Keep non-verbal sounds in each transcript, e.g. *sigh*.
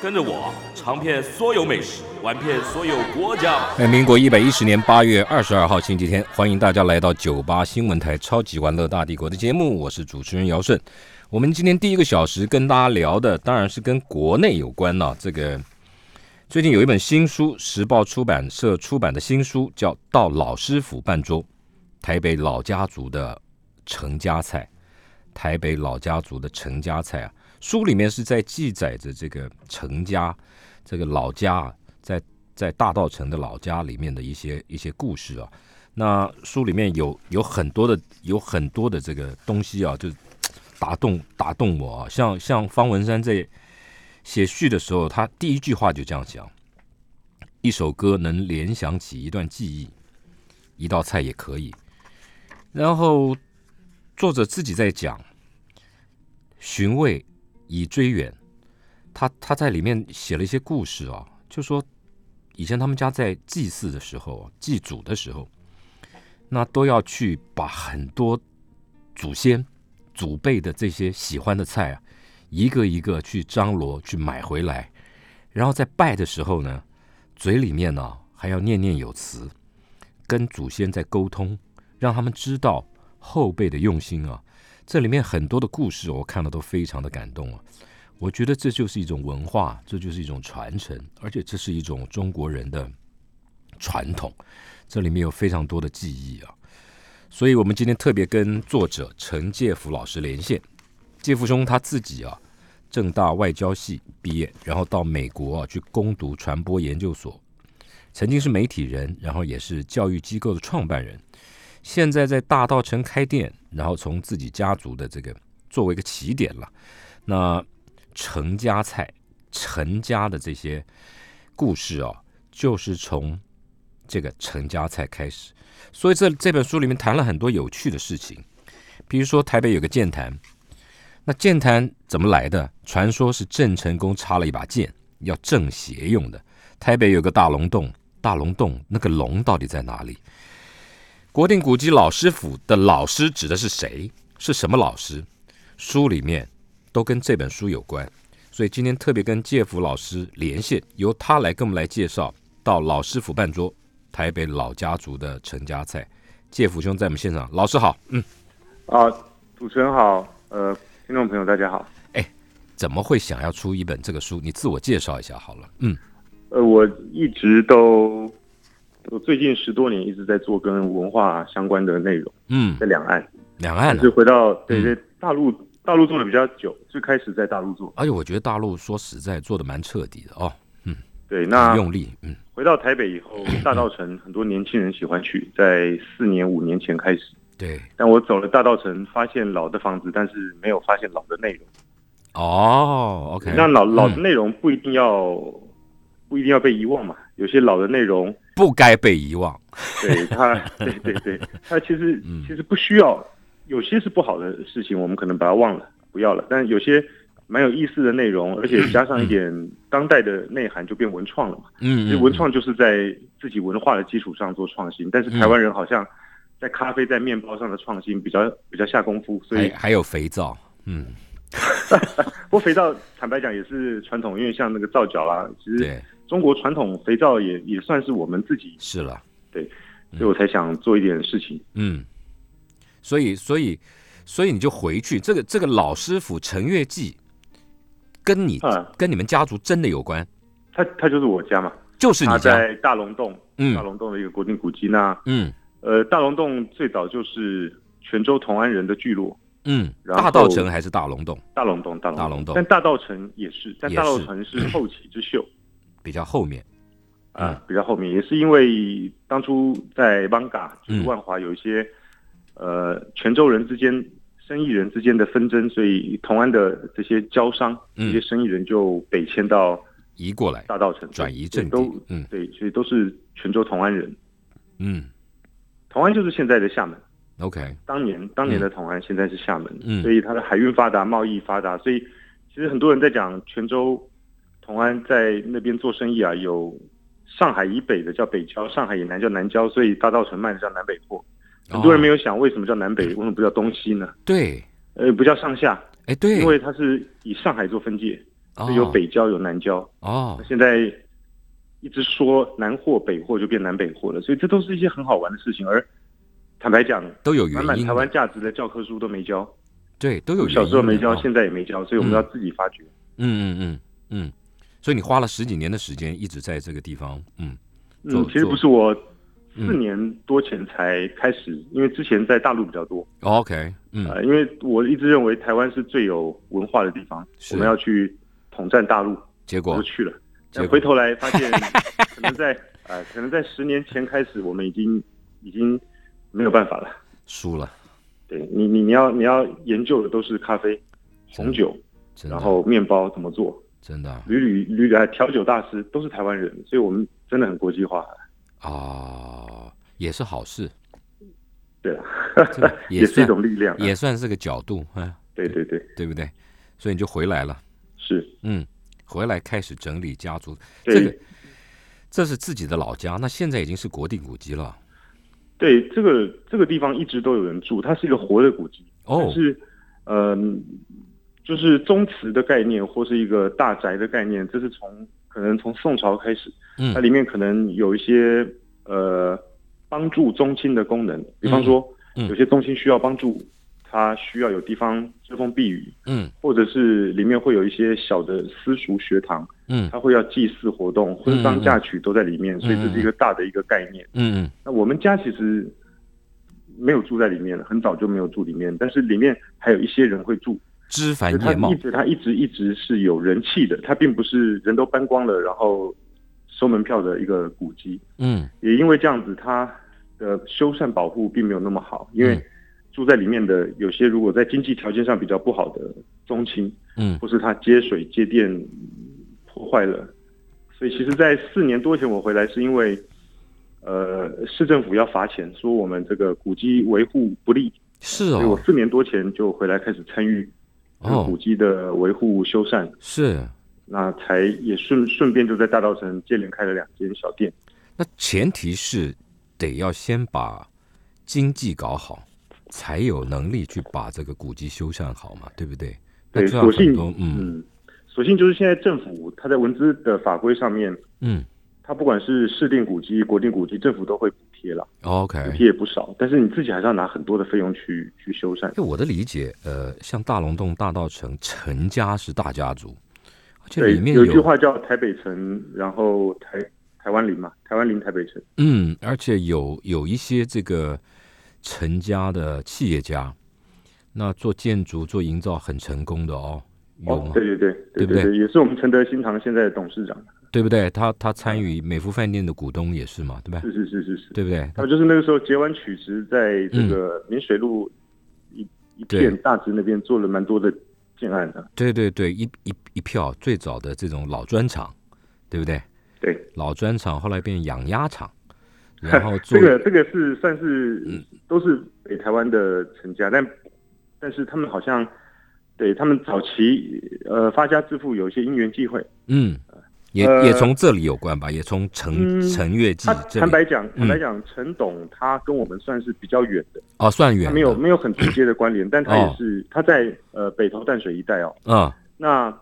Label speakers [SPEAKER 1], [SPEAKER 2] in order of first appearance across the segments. [SPEAKER 1] 跟着我尝遍所有美食，玩遍所有国家。
[SPEAKER 2] 哎，民国一百一十年八月二十二号星期天，欢迎大家来到九八新闻台《超级玩乐大帝国》的节目，我是主持人姚顺。我们今天第一个小时跟大家聊的，当然是跟国内有关了、这个最近有一本新书，时报出版社出版的新书叫《到老师府办桌：台北老家族的陈家菜》。台北老家族的陈家菜啊，书里面是在记载着这个陈家这个老家啊，在在大稻城的老家里面的一些一些故事啊。那书里面有有很多的有很多的这个东西啊，就打动打动我啊。像像方文山在写序的时候，他第一句话就这样讲：一首歌能联想起一段记忆，一道菜也可以。然后作者自己在讲寻味以追远，他他在里面写了一些故事啊，就说以前他们家在祭祀的时候啊，祭祖的时候，那都要去把很多祖先祖辈的这些喜欢的菜啊，一个一个去张罗去买回来，然后在拜的时候呢，嘴里面呢、还要念念有词，跟祖先在沟通，让他们知道后辈的用心啊。这里面很多的故事，我看了都非常的感动啊。我觉得这就是一种文化，这就是一种传承，而且这是一种中国人的传统。这里面有非常多的记忆啊，所以我们今天特别跟作者陈介福老师连线。介福兄他自己啊，正大外交系毕业，然后到美国啊去攻读传播研究所，曾经是媒体人，然后也是教育机构的创办人，现在在大稻城开店，然后从自己家族的这个作为一个起点了，那陈家菜、陈家的这些故事啊，就是从这个陈家菜开始。所以这这本书里面谈了很多有趣的事情，比如说台北有个剑潭，那剑潭怎么来的？传说是郑成功插了一把剑，要正邪用的。台北有个大龙洞，大龙洞那个龙到底在哪里？国定古迹老师府的老师指的是谁？是什么老师？书里面都跟这本书有关，所以今天特别跟介福老师连线，由他来跟我们来介绍到老师府办桌台北老家族的陈家菜。介福兄在我们现场，老师好。嗯，
[SPEAKER 3] 啊，主持人好，呃，听众朋友大家好，
[SPEAKER 2] 怎么会想要出一本这个书？你自我介绍一下好了。嗯，
[SPEAKER 3] 呃，我一直都，我最近十多年一直在做跟文化相关的内容，
[SPEAKER 2] 嗯，
[SPEAKER 3] 在两岸，
[SPEAKER 2] 两岸
[SPEAKER 3] 就
[SPEAKER 2] 的、
[SPEAKER 3] 回到对
[SPEAKER 2] 嗯
[SPEAKER 3] 对大陆，大陆做的比较久，最开始在大陆做，
[SPEAKER 2] 而哎且我觉得大陆说实在做的蛮彻底的哦，
[SPEAKER 3] 对，
[SPEAKER 2] 很
[SPEAKER 3] 那
[SPEAKER 2] 用力。嗯，
[SPEAKER 3] 回到台北以后，大稻城很多年轻人喜欢去，在四年五年前开始，
[SPEAKER 2] 对。
[SPEAKER 3] 但我走了大稻城，发现老的房子，但是没有发现老的内容，
[SPEAKER 2] 哦，OK。
[SPEAKER 3] 那老老的
[SPEAKER 2] 嗯
[SPEAKER 3] 内容不一定要，不一定要被遗忘嘛，有些老的内容。
[SPEAKER 2] 不该被遗忘。 *laughs*
[SPEAKER 3] 对他，对对对，他其实
[SPEAKER 2] 嗯
[SPEAKER 3] 其实不需要，有些是不好的事情，我们可能把它忘了，不要了。但有些蛮有意思的内容，而且加上一点当代的内涵，就变文创了嘛。其
[SPEAKER 2] 嗯，
[SPEAKER 3] 实
[SPEAKER 2] 嗯
[SPEAKER 3] 文创就是在自己文化的基础上做创新，但是台
[SPEAKER 2] 嗯
[SPEAKER 3] 湾人好像在咖啡、在面包上的创新比较比较下功夫，所
[SPEAKER 2] 还
[SPEAKER 3] 以
[SPEAKER 2] 还有肥皂，嗯，
[SPEAKER 3] 不过肥皂，坦白讲也是传统，因为像那个皂角啦，其实
[SPEAKER 2] 对，
[SPEAKER 3] 中国传统肥皂也也算是我们自己，
[SPEAKER 2] 是了，
[SPEAKER 3] 所以我才想做一点事情。
[SPEAKER 2] 嗯，所以所以所以你就回去，这个这个老师傅陈月记，跟你、
[SPEAKER 3] 啊
[SPEAKER 2] 跟你们家族真的有关，
[SPEAKER 3] 他他就是我家嘛。
[SPEAKER 2] 就是
[SPEAKER 3] 它
[SPEAKER 2] 你家，
[SPEAKER 3] 在大龙洞，
[SPEAKER 2] 嗯
[SPEAKER 3] 大龙洞的一个国定古迹。那
[SPEAKER 2] 嗯
[SPEAKER 3] 呃，大龙洞最早就是泉州同安人的聚落，
[SPEAKER 2] 嗯，
[SPEAKER 3] 然后
[SPEAKER 2] 大道城还是大龙洞
[SPEAKER 3] 大龙洞，大龙
[SPEAKER 2] 大龙洞
[SPEAKER 3] 但大道城也是，但
[SPEAKER 2] 也是
[SPEAKER 3] 大道城是后起之秀
[SPEAKER 2] 比较后面，嗯
[SPEAKER 3] 啊、比较后面，也是因为当初在邦嘎，就是
[SPEAKER 2] 嗯
[SPEAKER 3] 万华有一些、呃泉州人之间、生意人之间的纷争，所以同安的这些交商、
[SPEAKER 2] 嗯
[SPEAKER 3] 这些生意人就北迁到
[SPEAKER 2] 移过来，
[SPEAKER 3] 大稻城
[SPEAKER 2] 转移阵
[SPEAKER 3] 都
[SPEAKER 2] 地。嗯
[SPEAKER 3] 对，所以都是泉州同安人。
[SPEAKER 2] 嗯
[SPEAKER 3] 同安就是现在的厦门，
[SPEAKER 2] ，OK，
[SPEAKER 3] 当年当年的同安，现在是厦门，
[SPEAKER 2] 嗯
[SPEAKER 3] 所以它的海运发达，贸易发达，所以其实很多人在讲泉州、同安在那边做生意啊，有上海以北的叫北郊，上海以南叫南郊，所以大稻城卖的叫南北货。很多人没
[SPEAKER 2] 有
[SPEAKER 3] 有想为什么叫南北，
[SPEAKER 2] 哦
[SPEAKER 3] 为什么不叫东西呢？
[SPEAKER 2] 对，
[SPEAKER 3] 呃，不叫上下，
[SPEAKER 2] 哎对，
[SPEAKER 3] 因为它是以上海做分界，所以有北郊有南郊。
[SPEAKER 2] 哦
[SPEAKER 3] 那
[SPEAKER 2] 哦
[SPEAKER 3] 现在一直说南货北货就变南北货了，所以这都是一些很好玩的事情。而坦白讲，
[SPEAKER 2] 都有
[SPEAKER 3] 满
[SPEAKER 2] 原
[SPEAKER 3] 满
[SPEAKER 2] 因
[SPEAKER 3] 台
[SPEAKER 2] 的，
[SPEAKER 3] 湾价值的教科书都没教，
[SPEAKER 2] 对都有原因的
[SPEAKER 3] 小时候没教，
[SPEAKER 2] 哦
[SPEAKER 3] 现在也没教，所以我们
[SPEAKER 2] 嗯
[SPEAKER 3] 要自己发掘。
[SPEAKER 2] 嗯嗯嗯嗯，所以你花了十几年的时间一直在这个地方，嗯做
[SPEAKER 3] 嗯，其实
[SPEAKER 2] 做
[SPEAKER 3] 不是我四
[SPEAKER 2] 嗯
[SPEAKER 3] 年多前才开始，因为之前在大陆比较多
[SPEAKER 2] ，OK，嗯
[SPEAKER 3] 啊、呃因为我一直认为台湾是最有文化的地方，
[SPEAKER 2] 是
[SPEAKER 3] 我们要去统战大陆，
[SPEAKER 2] 结
[SPEAKER 3] 我
[SPEAKER 2] 果
[SPEAKER 3] 就去了。
[SPEAKER 2] 结
[SPEAKER 3] 但
[SPEAKER 2] 果
[SPEAKER 3] 回头来发
[SPEAKER 2] *laughs*
[SPEAKER 3] 现，可能在呃，可能在十年前开始，我们已经已经没有办法了。
[SPEAKER 2] 输了，
[SPEAKER 3] 对你，你你要你要研究的都是咖啡、
[SPEAKER 2] 真的
[SPEAKER 3] 红酒，
[SPEAKER 2] 真
[SPEAKER 3] 然
[SPEAKER 2] 的
[SPEAKER 3] 后面包怎么做，
[SPEAKER 2] 真的啊
[SPEAKER 3] 屡屡屡呃调酒大师都是台湾人，所以我们真的很国际化。，
[SPEAKER 2] 哦也是好事，
[SPEAKER 3] 对啊，
[SPEAKER 2] 这
[SPEAKER 3] *laughs*
[SPEAKER 2] 个也
[SPEAKER 3] 也是一
[SPEAKER 2] 算
[SPEAKER 3] 种力量啊。
[SPEAKER 2] 也算是个角度，嗯，
[SPEAKER 3] 对对对，
[SPEAKER 2] 对不对？所以你就回来了，
[SPEAKER 3] 是
[SPEAKER 2] 嗯，回来开始整理家族，这个
[SPEAKER 3] 对
[SPEAKER 2] 这是自己的老家，那现在已经是国定古迹了，
[SPEAKER 3] 对，这个这个地方一直都有人住，它是一个活的古迹。
[SPEAKER 2] 哦
[SPEAKER 3] 但是嗯、就是宗祠的概念或是一个大宅的概念，这是从可能从宋朝开始，
[SPEAKER 2] 嗯
[SPEAKER 3] 它里面可能有一些呃帮助宗亲的功能，比方说、
[SPEAKER 2] 嗯嗯
[SPEAKER 3] 有些宗亲需要帮助，他需要有地方遮风避雨，
[SPEAKER 2] 嗯
[SPEAKER 3] 或者是里面会有一些小的私塾学堂，
[SPEAKER 2] 嗯
[SPEAKER 3] 他会要祭祀活动、婚丧嫁娶都在里面，所以这是一个大的一个概念。
[SPEAKER 2] 嗯嗯，
[SPEAKER 3] 那我们家其实没有住在里面了，很早就没有住里面，但是里面还有一些人会住。
[SPEAKER 2] 枝繁
[SPEAKER 3] 它
[SPEAKER 2] 叶茂
[SPEAKER 3] 一，直它一直一直是有人气的，它并不是人都搬光了，然后收门票的一个古迹。
[SPEAKER 2] 嗯
[SPEAKER 3] 也因为这样子，它的修缮保护并没有那么好，因为
[SPEAKER 2] 嗯
[SPEAKER 3] 住在里面的有些如果在经济条件上比较不好的宗亲，
[SPEAKER 2] 嗯
[SPEAKER 3] 或是它接水接电破坏了。所以其实，在四年多前我回来，是因为呃市政府要罚钱，说我们这个古迹维护不力，
[SPEAKER 2] 是
[SPEAKER 3] 所以我
[SPEAKER 2] 哦
[SPEAKER 3] 四年多前就回来开始参与这个
[SPEAKER 2] 哦
[SPEAKER 3] 古迹的维护修缮，
[SPEAKER 2] 是，
[SPEAKER 3] 那才也顺顺便就在大稻城接连开了两间小店。
[SPEAKER 2] 那前提是得要先把经济搞好，才有能力去把这个古迹修缮好嘛，对不对？那
[SPEAKER 3] 对，
[SPEAKER 2] 就要
[SPEAKER 3] 所幸
[SPEAKER 2] 很多，嗯
[SPEAKER 3] 嗯，所幸就是现在政府它在文资的法规上面，
[SPEAKER 2] 嗯
[SPEAKER 3] 它不管是市定古迹、国定古迹，政府都会补贴了。
[SPEAKER 2] ，OK。
[SPEAKER 3] 补贴也不少，但是你自己还是要拿很多的费用去去修缮。
[SPEAKER 2] 因为我的理解，呃，像大龙洞、大稻城，陈家是大家族，而且
[SPEAKER 3] 对
[SPEAKER 2] 里，面
[SPEAKER 3] 有一句话叫“台北城”，然后台台湾林嘛，台湾林台北城。
[SPEAKER 2] 嗯，而且有有一些这个陈家的企业家，那做建筑、做营造很成功的哦，有
[SPEAKER 3] 哦
[SPEAKER 2] 吗，？
[SPEAKER 3] 对对对
[SPEAKER 2] 对
[SPEAKER 3] 对
[SPEAKER 2] 不对
[SPEAKER 3] 对对，也是我们承德新塘现在的董事长。
[SPEAKER 2] 对不对？他他参与美孚饭店的股东也是嘛，对吧？
[SPEAKER 3] 是是是是是，
[SPEAKER 2] 对不对？
[SPEAKER 3] 他们就是那个时候截完曲直，在这个明水路一一片
[SPEAKER 2] 对
[SPEAKER 3] 大直那边做了蛮多的建案的。
[SPEAKER 2] 对对对，一一一票最早的这种老砖厂，对不对？
[SPEAKER 3] 对，
[SPEAKER 2] 老砖厂后来变养鸭场，然
[SPEAKER 3] *laughs*
[SPEAKER 2] 后做
[SPEAKER 3] 这个这个是算是
[SPEAKER 2] 嗯
[SPEAKER 3] 都是北台湾的陈家，但但是他们好像对他们早期呃发家致富有一些因缘际会。
[SPEAKER 2] 嗯，也
[SPEAKER 3] 呃
[SPEAKER 2] 也从这里有关吧，也从陈
[SPEAKER 3] 嗯
[SPEAKER 2] 陈月记
[SPEAKER 3] 他
[SPEAKER 2] 这
[SPEAKER 3] 坦
[SPEAKER 2] 里嗯
[SPEAKER 3] 白讲，坦白讲，陈董他跟我们算是比较远的，
[SPEAKER 2] 哦算远
[SPEAKER 3] 他
[SPEAKER 2] 的，
[SPEAKER 3] 没有没有很直接的关联，但他
[SPEAKER 2] 哦
[SPEAKER 3] 也是他在呃北投淡水一带哦。
[SPEAKER 2] 嗯，
[SPEAKER 3] 那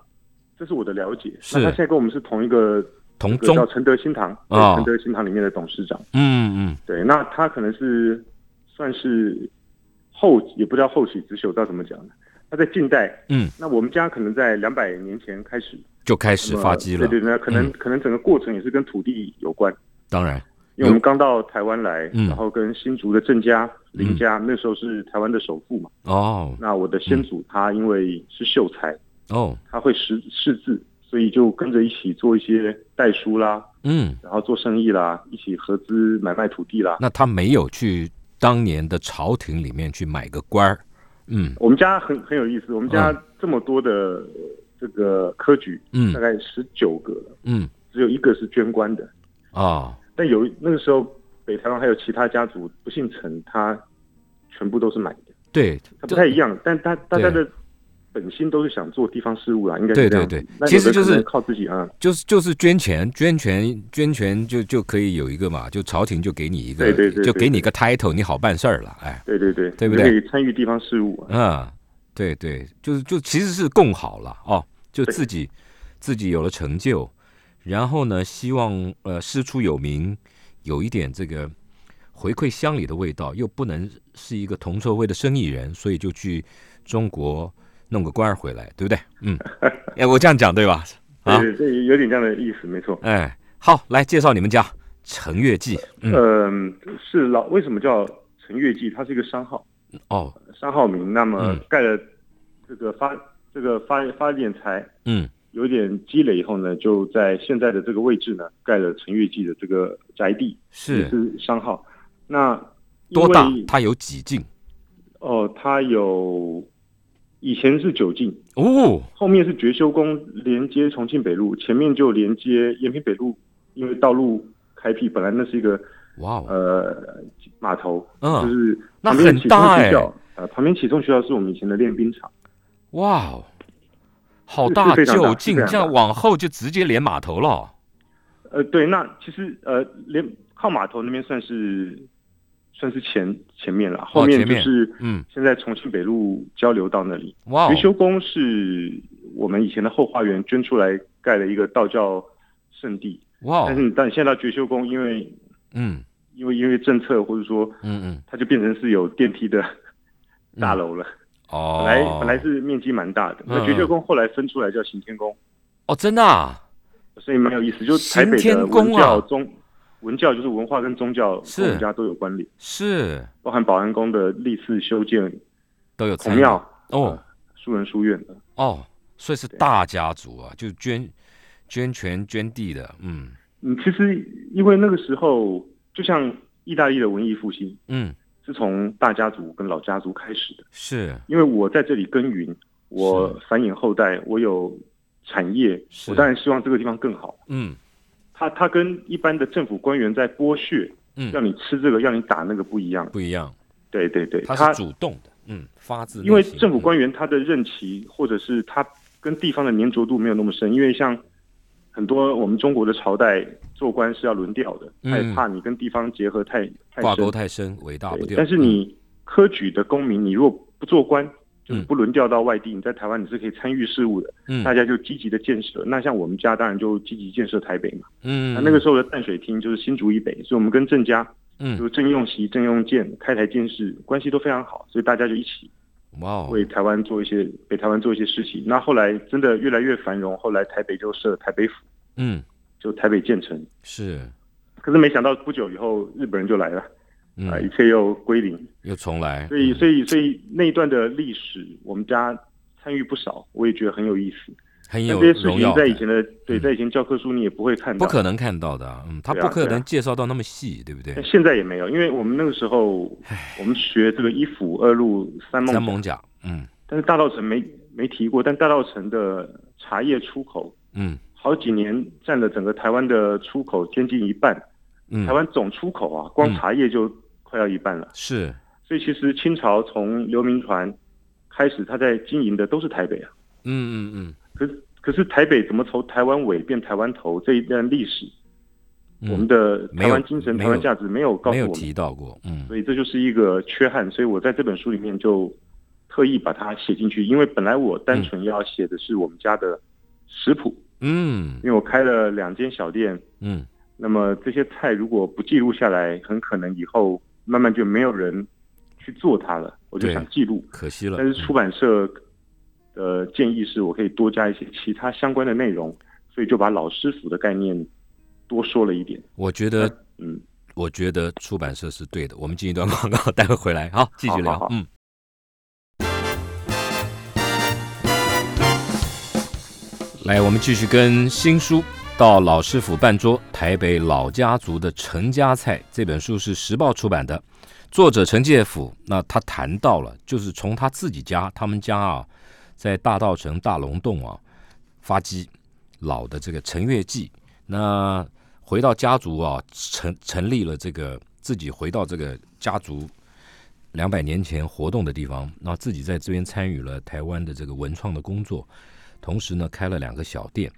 [SPEAKER 3] 这是我的了解，
[SPEAKER 2] 是
[SPEAKER 3] 那他现在跟我们是同一个
[SPEAKER 2] 同
[SPEAKER 3] 这个
[SPEAKER 2] 宗
[SPEAKER 3] 叫承德新堂，对
[SPEAKER 2] 哦
[SPEAKER 3] 承德新堂里面的董事长。
[SPEAKER 2] 嗯嗯
[SPEAKER 3] 对，那他可能是算是后，也不知道后起之秀，不知道怎么讲呢。他在近代，
[SPEAKER 2] 嗯，
[SPEAKER 3] 那我们家可能在两百年前开始
[SPEAKER 2] 就开始发迹了，
[SPEAKER 3] 对对对，可能、
[SPEAKER 2] 嗯
[SPEAKER 3] 可能整个过程也是跟土地有关。
[SPEAKER 2] 当然
[SPEAKER 3] 因为我们刚到台湾来，
[SPEAKER 2] 嗯
[SPEAKER 3] 然后跟新竹的郑家、林家，那时候是台湾的首富嘛。
[SPEAKER 2] 哦
[SPEAKER 3] 那我的先祖他因为是秀才，
[SPEAKER 2] 哦
[SPEAKER 3] 他会识识字，所以就跟着一起做一些代书啦，
[SPEAKER 2] 嗯，
[SPEAKER 3] 然后做生意啦，一起合资买卖土地啦。
[SPEAKER 2] 那他没有去当年的朝廷里面去买个官儿，嗯
[SPEAKER 3] 我们家很很有意思，我们家这么多的、呃就这个科举，
[SPEAKER 2] 嗯
[SPEAKER 3] 大概十九个了，
[SPEAKER 2] 嗯
[SPEAKER 3] 只有一个是捐官的。
[SPEAKER 2] 啊
[SPEAKER 3] 但有那个时候北台湾还有其他家族不姓陈，他全部都是买的，
[SPEAKER 2] 对，
[SPEAKER 3] 他不
[SPEAKER 2] 就
[SPEAKER 3] 太一样，但他大家的本心都是想做地方事务啦，应该是这样子
[SPEAKER 2] 对对对
[SPEAKER 3] 那有
[SPEAKER 2] 其
[SPEAKER 3] 的
[SPEAKER 2] 实就是
[SPEAKER 3] 可能靠自己啊，
[SPEAKER 2] 就是就是捐钱，捐钱捐钱就就可以有一个嘛，就朝廷就给你一个，
[SPEAKER 3] 对对对对
[SPEAKER 2] 就给你个 title，你好办事儿了，哎，
[SPEAKER 3] 对对对，
[SPEAKER 2] 对不
[SPEAKER 3] 你
[SPEAKER 2] 对
[SPEAKER 3] 可以参与地方事务啊，
[SPEAKER 2] 嗯，对对，就是就其实是共好了哦，就自己自己有了成就，然后呢，希望呃师出有名，有一点这个回馈乡里的味道，又不能是一个同臭味的生意人，所以就去中国弄个官儿回来，对不对？
[SPEAKER 3] *laughs*
[SPEAKER 2] 嗯，哎，我这样讲对吧？啊，
[SPEAKER 3] 对对，这有点这样的意思，没错。
[SPEAKER 2] 哎，好，来介绍你们家陈月记，嗯，
[SPEAKER 3] 嗯，是老为什么叫陈月记？它是一个商号，
[SPEAKER 2] 哦，
[SPEAKER 3] 商号名。那么
[SPEAKER 2] 嗯
[SPEAKER 3] 盖了这个发这个发发点财，
[SPEAKER 2] 嗯
[SPEAKER 3] 有点积累以后呢，就在现在的这个位置呢，盖了陈月记的这个宅地，也
[SPEAKER 2] 是
[SPEAKER 3] 是商号。那因为
[SPEAKER 2] 多大？它有几进？
[SPEAKER 3] 哦，它有以前是九进，
[SPEAKER 2] 哦，
[SPEAKER 3] 后面是觉修宫连接重庆北路，前面就连接延平北路，因为道路开辟，本来那是一个
[SPEAKER 2] 哇哦，
[SPEAKER 3] 呃码头，
[SPEAKER 2] 嗯
[SPEAKER 3] 就是
[SPEAKER 2] 那
[SPEAKER 3] 旁边
[SPEAKER 2] 很
[SPEAKER 3] 启
[SPEAKER 2] 大
[SPEAKER 3] 聪
[SPEAKER 2] 哎
[SPEAKER 3] 学校，呃，旁边启聪学校是我们以前的练兵场，
[SPEAKER 2] 哇哦，好
[SPEAKER 3] 是
[SPEAKER 2] 大
[SPEAKER 3] 非常大
[SPEAKER 2] 就
[SPEAKER 3] 是
[SPEAKER 2] 近
[SPEAKER 3] 非，常
[SPEAKER 2] 这样
[SPEAKER 3] 大
[SPEAKER 2] 往后就直接连码头了。
[SPEAKER 3] 呃，对，那其实呃连靠码头那边算是算是前前面了，后
[SPEAKER 2] 哦前
[SPEAKER 3] 面就
[SPEAKER 2] 面
[SPEAKER 3] 是
[SPEAKER 2] 嗯，
[SPEAKER 3] 现在重庆北路交流到那里，
[SPEAKER 2] 哇哦
[SPEAKER 3] 觉，修宫是我们以前的后花园捐出来盖了一个道教圣地，
[SPEAKER 2] 哇
[SPEAKER 3] 但
[SPEAKER 2] 哦，
[SPEAKER 3] 是但现在到觉修宫，因为
[SPEAKER 2] 嗯
[SPEAKER 3] 因为因为政策或者说
[SPEAKER 2] 嗯嗯，
[SPEAKER 3] 它就变成是有电梯的
[SPEAKER 2] 嗯
[SPEAKER 3] 大楼了。
[SPEAKER 2] 哦，
[SPEAKER 3] 本来本来是面积蛮大的，那
[SPEAKER 2] 嗯
[SPEAKER 3] 觉秀宫后来分出来叫行天宫，
[SPEAKER 2] 哦，真的啊，
[SPEAKER 3] 所以蛮有意思。就台北
[SPEAKER 2] 行
[SPEAKER 3] 的
[SPEAKER 2] 天宫
[SPEAKER 3] 文
[SPEAKER 2] 啊
[SPEAKER 3] 教宗，文教就是文化跟宗教
[SPEAKER 2] 是
[SPEAKER 3] 跟我们家都有关联，
[SPEAKER 2] 是
[SPEAKER 3] 包含保安宫的历次修建、
[SPEAKER 2] 都有
[SPEAKER 3] 孔
[SPEAKER 2] 参与
[SPEAKER 3] 庙、
[SPEAKER 2] 哦
[SPEAKER 3] 树人书院的。
[SPEAKER 2] 哦，所以是大家族啊，就捐捐权捐地的，嗯
[SPEAKER 3] 嗯，其实因为那个时候，就像意大利的文艺复兴，
[SPEAKER 2] 嗯，
[SPEAKER 3] 是从大家族跟老家族开始的。
[SPEAKER 2] 是
[SPEAKER 3] 因为我在这里耕耘，我繁衍后代，我有产业，
[SPEAKER 2] 是
[SPEAKER 3] 我当然希望这个地方更好。
[SPEAKER 2] 嗯
[SPEAKER 3] 他他跟一般的政府官员在剥削，
[SPEAKER 2] 嗯
[SPEAKER 3] 要你吃这个，要你打那个不一样。
[SPEAKER 2] 不一样，
[SPEAKER 3] 对对对，
[SPEAKER 2] 它是主动的，嗯，发自内
[SPEAKER 3] 因为
[SPEAKER 2] 心
[SPEAKER 3] 政府
[SPEAKER 2] 嗯
[SPEAKER 3] 官员他的任期或者是他跟地方的粘着度没有那么深，因为像很多我们中国的朝代做官是要轮调的，
[SPEAKER 2] 嗯
[SPEAKER 3] 他也怕你跟地方结合太太
[SPEAKER 2] 挂钩
[SPEAKER 3] 深。
[SPEAKER 2] 太深，伟大不
[SPEAKER 3] 对
[SPEAKER 2] 掉。嗯
[SPEAKER 3] 但是你科举的公民，你如果不做官，就是
[SPEAKER 2] 嗯
[SPEAKER 3] 不轮调到外地，你在台湾你是可以参与事务的，
[SPEAKER 2] 嗯
[SPEAKER 3] 大家就积极的建设。那像我们家当然就积极建设台北嘛。
[SPEAKER 2] 嗯
[SPEAKER 3] 那那个时候的淡水厅就是新竹以北，所以我们跟郑家，
[SPEAKER 2] 嗯
[SPEAKER 3] 就是郑用锡、郑用建、开台建士关系都非常好，所以大家就一起
[SPEAKER 2] 哇哦
[SPEAKER 3] 为台湾做一些、北台湾做一些事情。那后来真的越来越繁荣，后来台北就设台北府，
[SPEAKER 2] 嗯
[SPEAKER 3] 就台北建成。
[SPEAKER 2] 是
[SPEAKER 3] 可是没想到不久以后日本人就来了，啊、一
[SPEAKER 2] 嗯
[SPEAKER 3] 切又归零。
[SPEAKER 2] 又重来，
[SPEAKER 3] 所以，
[SPEAKER 2] 嗯
[SPEAKER 3] 所以，所以那一段的历史，我们家参与不少，我也觉得很有意思。
[SPEAKER 2] 很
[SPEAKER 3] 那
[SPEAKER 2] 有
[SPEAKER 3] 这些事
[SPEAKER 2] 荣耀感
[SPEAKER 3] 情
[SPEAKER 2] 嗯
[SPEAKER 3] 在以前的对，在以前教科书你也不会看到，
[SPEAKER 2] 不可能看到的啊，嗯，他
[SPEAKER 3] 对
[SPEAKER 2] 不
[SPEAKER 3] 啊
[SPEAKER 2] 可
[SPEAKER 3] 对啊啊
[SPEAKER 2] 能介绍到那么细，对不对
[SPEAKER 3] 但？现在也没有，因为我们那个时候，我们学这个一府二路三
[SPEAKER 2] 三
[SPEAKER 3] 梦，
[SPEAKER 2] 猛甲，嗯
[SPEAKER 3] 但是大稻城没没提过，但大稻城的茶叶出口
[SPEAKER 2] 嗯
[SPEAKER 3] 好几年占了整个台湾的出口接近一半，台
[SPEAKER 2] 嗯，
[SPEAKER 3] 湾总出口啊，光
[SPEAKER 2] 嗯
[SPEAKER 3] 茶叶就快要一半了。
[SPEAKER 2] 是
[SPEAKER 3] 所以其实清朝从刘铭传开始，他在经营的都是台北啊，
[SPEAKER 2] 嗯嗯嗯
[SPEAKER 3] 可是可是台北怎么从台湾尾变台湾头这一段历史，
[SPEAKER 2] 嗯，
[SPEAKER 3] 我们的
[SPEAKER 2] 没
[SPEAKER 3] 台
[SPEAKER 2] 有
[SPEAKER 3] 湾精神、
[SPEAKER 2] 没
[SPEAKER 3] 台湾
[SPEAKER 2] 有
[SPEAKER 3] 价值没有告
[SPEAKER 2] 没
[SPEAKER 3] 诉
[SPEAKER 2] 有
[SPEAKER 3] 我们。
[SPEAKER 2] 提到过，嗯
[SPEAKER 3] 所以这就是一个缺憾，所以我在这本书里面就特意把它写进去，因为本来我单纯要写的是我们家的食谱，
[SPEAKER 2] 嗯
[SPEAKER 3] 因为我开了两间小店，
[SPEAKER 2] 嗯
[SPEAKER 3] 那么这些菜如果不记录下来，很可能以后慢慢就没有人去做它了。我就
[SPEAKER 2] 对
[SPEAKER 3] 想记录，
[SPEAKER 2] 可惜了，
[SPEAKER 3] 但是出版社的建议是我可以多加一些其他相关的内容，所以就把老师傅的概念多说了一点。
[SPEAKER 2] 我觉得
[SPEAKER 3] 嗯，
[SPEAKER 2] 我觉得出版社是对的，我们进一段广告，待会回来，好，继续
[SPEAKER 3] 好好
[SPEAKER 2] 聊
[SPEAKER 3] 好，
[SPEAKER 2] 嗯。来，我们继续跟新书《到老师府办桌：台北老家族的陈家菜》这本书是时报出版的，作者陈介甫。那他谈到了，就是从他自己家，他们家啊，在大稻城大龙洞啊，发迹老的这个陈悦记，那回到家族啊，成成立了这个自己回到这个家族两百年前活动的地方，那自己在这边参与了台湾的这个文创的工作，同时呢开了两个小店。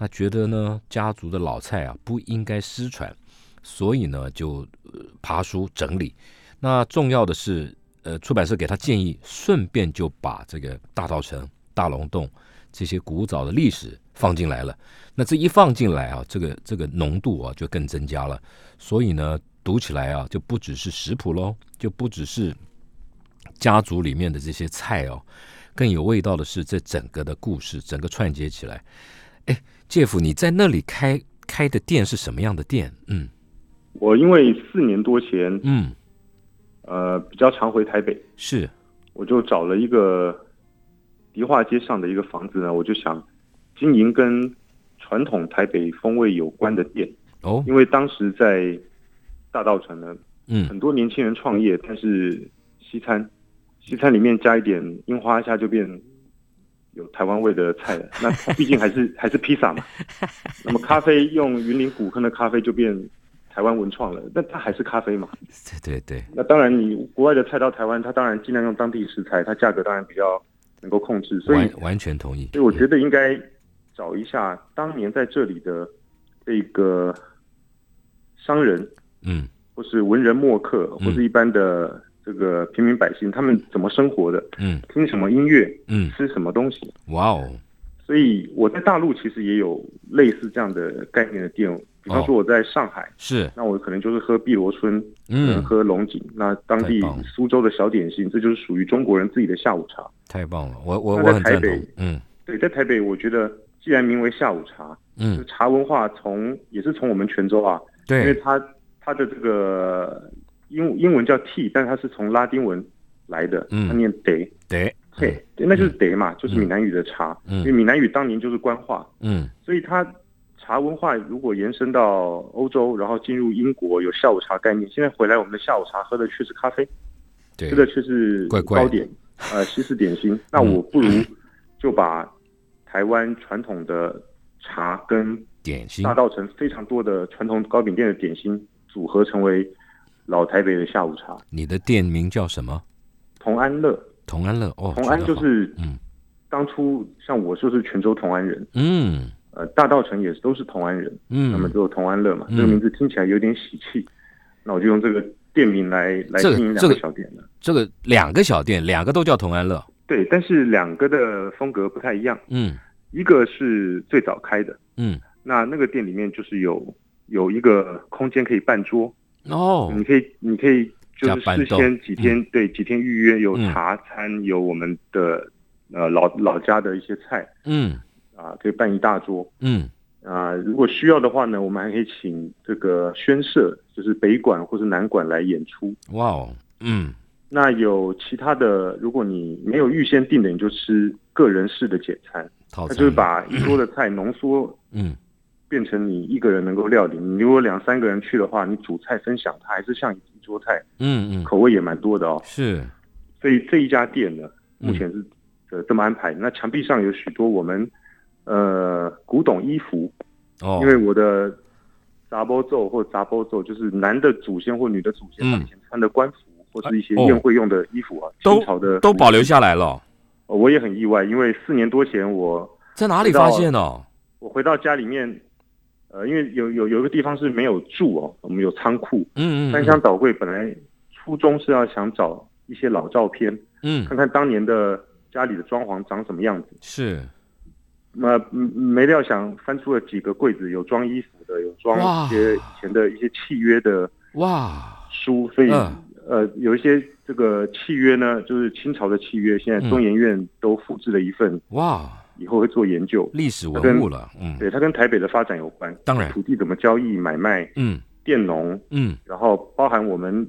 [SPEAKER 2] 他觉得呢，家族的老菜啊不应该失传，所以呢就呃爬书整理。那重要的是，呃，出版社给他建议，顺便就把这个大稻城、大龙洞这些古早的历史放进来了。那这一放进来啊，这个这个浓度啊就更增加了。所以呢，读起来啊就不只是食谱喽，就不只是家族里面的这些菜哦，更有味道的是这整个的故事，整个串接起来。哎，介夫，你在那里开开的店是什么样的店？嗯
[SPEAKER 3] 我因为四年多前，
[SPEAKER 2] 嗯，
[SPEAKER 3] 呃，比较常回台北，
[SPEAKER 2] 是
[SPEAKER 3] 我就找了一个迪化街上的一个房子呢，我就想经营跟传统台北风味有关的店，
[SPEAKER 2] 哦，
[SPEAKER 3] 因为当时在大稻城呢，
[SPEAKER 2] 嗯
[SPEAKER 3] 很多年轻人创业，但是西餐，西餐里面加一点樱花虾就变有台湾味的菜了。那毕竟还是还是披萨嘛。那么咖啡用云林古坑的咖啡就变台湾文创了，但它还是咖啡嘛。
[SPEAKER 2] 对对对，
[SPEAKER 3] 那当然，你国外的菜到台湾，它当然尽量用当地食材，它价格当然比较能够控制。所以，
[SPEAKER 2] 完完全同意。
[SPEAKER 3] 所以我觉得应该找一下当年在这里的这个商人，
[SPEAKER 2] 嗯
[SPEAKER 3] 或是文人墨客，
[SPEAKER 2] 嗯
[SPEAKER 3] 或是一般的这个平民百姓，他们怎么生活的，
[SPEAKER 2] 嗯
[SPEAKER 3] 听什么音乐，
[SPEAKER 2] 嗯，
[SPEAKER 3] 吃什么东西。
[SPEAKER 2] 哇哦，
[SPEAKER 3] 所以我在大陆其实也有类似这样的概念的店，比方说
[SPEAKER 2] 哦
[SPEAKER 3] 我在上海，
[SPEAKER 2] 是
[SPEAKER 3] 那我可能就是喝碧螺春，可能
[SPEAKER 2] 嗯，
[SPEAKER 3] 喝龙井，那当地
[SPEAKER 2] 太棒了
[SPEAKER 3] 苏州的小点心，这就是属于中国人自己的下午茶。
[SPEAKER 2] 太棒了，我我
[SPEAKER 3] 那
[SPEAKER 2] 我
[SPEAKER 3] 在
[SPEAKER 2] 很
[SPEAKER 3] 台
[SPEAKER 2] 赞同
[SPEAKER 3] 北。
[SPEAKER 2] 嗯
[SPEAKER 3] 对，在台北，我觉得既然名为下午茶，就
[SPEAKER 2] 嗯，
[SPEAKER 3] 茶文化从也是从我们泉州啊，因为
[SPEAKER 2] 对，
[SPEAKER 3] 它它的这个英英文叫 tea，但是它是从拉丁文来的，
[SPEAKER 2] 嗯
[SPEAKER 3] 它念 day，
[SPEAKER 2] 对，
[SPEAKER 3] 对、对那就是 day 嘛，就是闽南语的茶，
[SPEAKER 2] 嗯
[SPEAKER 3] 因为闽南语当年就是官话，
[SPEAKER 2] 嗯
[SPEAKER 3] 所以它茶文化如果延伸到欧洲，然后进入英国有下午茶概念，现在回来我们的下午茶喝的却是咖啡，
[SPEAKER 2] 对
[SPEAKER 3] 吃，的却是
[SPEAKER 2] 怪怪的嗯
[SPEAKER 3] 糕点，
[SPEAKER 2] *laughs*
[SPEAKER 3] 呃，西式点心，那我不如就把台湾传统的茶跟
[SPEAKER 2] 点心
[SPEAKER 3] 大稻城非常多的传统糕饼店的点心组合成为老台北的下午茶。
[SPEAKER 2] 你的店名叫什么？
[SPEAKER 3] 同安乐，
[SPEAKER 2] 同安乐哦，
[SPEAKER 3] 同安
[SPEAKER 2] 取
[SPEAKER 3] 就
[SPEAKER 2] 得好
[SPEAKER 3] 是
[SPEAKER 2] 嗯
[SPEAKER 3] 当初像我就是泉州同安人，
[SPEAKER 2] 嗯
[SPEAKER 3] 呃，大稻城也是都是同安人，那么
[SPEAKER 2] 嗯，
[SPEAKER 3] 就有同安乐嘛，
[SPEAKER 2] 嗯
[SPEAKER 3] 这个名字听起来有点喜气，那我就用这个店名来来
[SPEAKER 2] 这个
[SPEAKER 3] 经营两
[SPEAKER 2] 这
[SPEAKER 3] 个
[SPEAKER 2] 个
[SPEAKER 3] 小店了。
[SPEAKER 2] 这个两个小店，两个都叫同安乐。
[SPEAKER 3] 对，但是两个的风格不太一样，
[SPEAKER 2] 嗯
[SPEAKER 3] 一个是最早开的，
[SPEAKER 2] 嗯，
[SPEAKER 3] 那那个店里面就是有有一个空间可以办桌，
[SPEAKER 2] 哦，
[SPEAKER 3] 你可以，你可以就
[SPEAKER 2] 加
[SPEAKER 3] 是
[SPEAKER 2] 班
[SPEAKER 3] 事
[SPEAKER 2] 豆
[SPEAKER 3] 先几天，对，几天预约有
[SPEAKER 2] 嗯
[SPEAKER 3] 茶餐，有我们的呃老老家的一些菜
[SPEAKER 2] 嗯
[SPEAKER 3] 啊，可以办一大桌
[SPEAKER 2] 嗯
[SPEAKER 3] 啊。如果需要的话呢，我们还可以请这个宣社，就是北馆或是南馆来演出。
[SPEAKER 2] 哇哦，嗯
[SPEAKER 3] 那有其他的，如果你没有预先定的，你就吃个人式的简餐，
[SPEAKER 2] 套
[SPEAKER 3] 它
[SPEAKER 2] 餐
[SPEAKER 3] 就是把一桌的菜浓缩。
[SPEAKER 2] 嗯
[SPEAKER 3] 变成你一个人能够料理，你如果两三个人去的话，你主菜分享，它还是像一桌菜，
[SPEAKER 2] 嗯嗯
[SPEAKER 3] 口味也蛮多的哦。
[SPEAKER 2] 是
[SPEAKER 3] 所以这一家店呢，
[SPEAKER 2] 嗯
[SPEAKER 3] 目前是呃这么安排的。那墙壁上有许多我们呃古董衣服，
[SPEAKER 2] 哦，
[SPEAKER 3] 因为我的杂波奏或杂波奏就是男的祖先或女的祖先
[SPEAKER 2] 嗯
[SPEAKER 3] 他们以前穿的官服。或是一些
[SPEAKER 2] 哦
[SPEAKER 3] 宴会用的衣服啊，
[SPEAKER 2] 都
[SPEAKER 3] 清朝的
[SPEAKER 2] 都保留下来了。
[SPEAKER 3] 呃我也很意外，因为四年多前我
[SPEAKER 2] 在哪里发现哦的？
[SPEAKER 3] 我回到家里面，呃，因为有有有一个地方是没有住哦，我们有仓库，
[SPEAKER 2] 嗯嗯，
[SPEAKER 3] 翻箱倒柜。本来初衷是要想找一些老照片，
[SPEAKER 2] 嗯
[SPEAKER 3] 看看当年的家里的装潢长什么样子。
[SPEAKER 2] 是
[SPEAKER 3] 那、嗯没料想翻出了几个柜子，有装衣服的，有装
[SPEAKER 2] 哇
[SPEAKER 3] 一些以前的一些契约的
[SPEAKER 2] 哇，
[SPEAKER 3] 书，所以、
[SPEAKER 2] 嗯
[SPEAKER 3] 呃，有一些这个契约呢，就是清朝的契约，现在
[SPEAKER 2] 嗯
[SPEAKER 3] 中研院都复制了一份，
[SPEAKER 2] 哇，
[SPEAKER 3] 以后会做研究。
[SPEAKER 2] 历史文物了，嗯
[SPEAKER 3] 对，它跟台北的发展有关，
[SPEAKER 2] 当然
[SPEAKER 3] 土地怎么交易、买卖、
[SPEAKER 2] 嗯
[SPEAKER 3] 佃农，
[SPEAKER 2] 嗯
[SPEAKER 3] 然后包含我们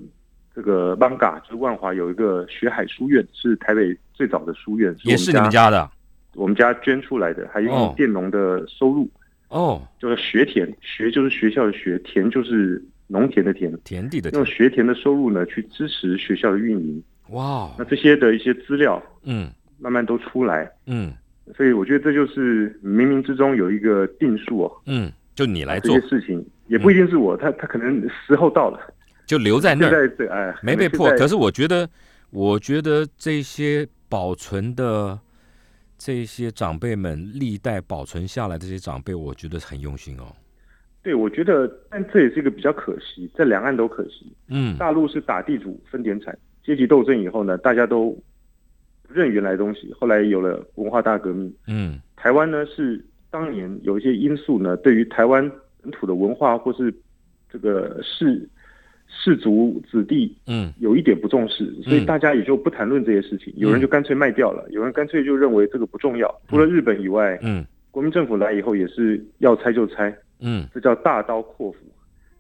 [SPEAKER 3] 这个邦嘎，就是万华有一个学海书院，是台北最早的书院，
[SPEAKER 2] 也是你们
[SPEAKER 3] 我们家
[SPEAKER 2] 家的
[SPEAKER 3] 我们家捐出来的，还用
[SPEAKER 2] 哦
[SPEAKER 3] 佃农的收入。
[SPEAKER 2] 哦，
[SPEAKER 3] 就是学田，学就是学校的学，田就是农田的田，
[SPEAKER 2] 田地的
[SPEAKER 3] 用
[SPEAKER 2] 田，
[SPEAKER 3] 学田的收入呢去支持学校的运营。
[SPEAKER 2] 哇哦
[SPEAKER 3] 那，这些的一些资料
[SPEAKER 2] 嗯
[SPEAKER 3] 慢慢都出来，
[SPEAKER 2] 嗯
[SPEAKER 3] 所以我觉得这就是冥冥之中有一个定数哦，
[SPEAKER 2] 嗯，就你来
[SPEAKER 3] 这
[SPEAKER 2] 做
[SPEAKER 3] 些，事情也不一定是我，他他可能时候到了，
[SPEAKER 2] 就留在那
[SPEAKER 3] 现
[SPEAKER 2] 儿，
[SPEAKER 3] 在这哎
[SPEAKER 2] 没被破。可
[SPEAKER 3] 是
[SPEAKER 2] 是我觉得，我觉得这些保存的这些长辈们，历代保存下来的这些长辈，我觉得很用心哦。
[SPEAKER 3] 对我觉得，但这也是一个比较可惜，在两岸都可惜。
[SPEAKER 2] 嗯
[SPEAKER 3] 大陆是打地主分田产，阶级斗争以后呢，大家都不认原来东西，后来有了文化大革命。
[SPEAKER 2] 嗯
[SPEAKER 3] 台湾呢是当年有一些因素呢，对于台湾本土的文化或是这个氏氏族子弟
[SPEAKER 2] 嗯
[SPEAKER 3] 有一点不重视，所以大家也就不谈论这些事情。有人就干脆卖掉了，有人干脆就认为这个不重要。除了日本以外，
[SPEAKER 2] 嗯
[SPEAKER 3] 国民政府来以后也是要拆就拆，
[SPEAKER 2] 嗯
[SPEAKER 3] 这叫大刀阔斧。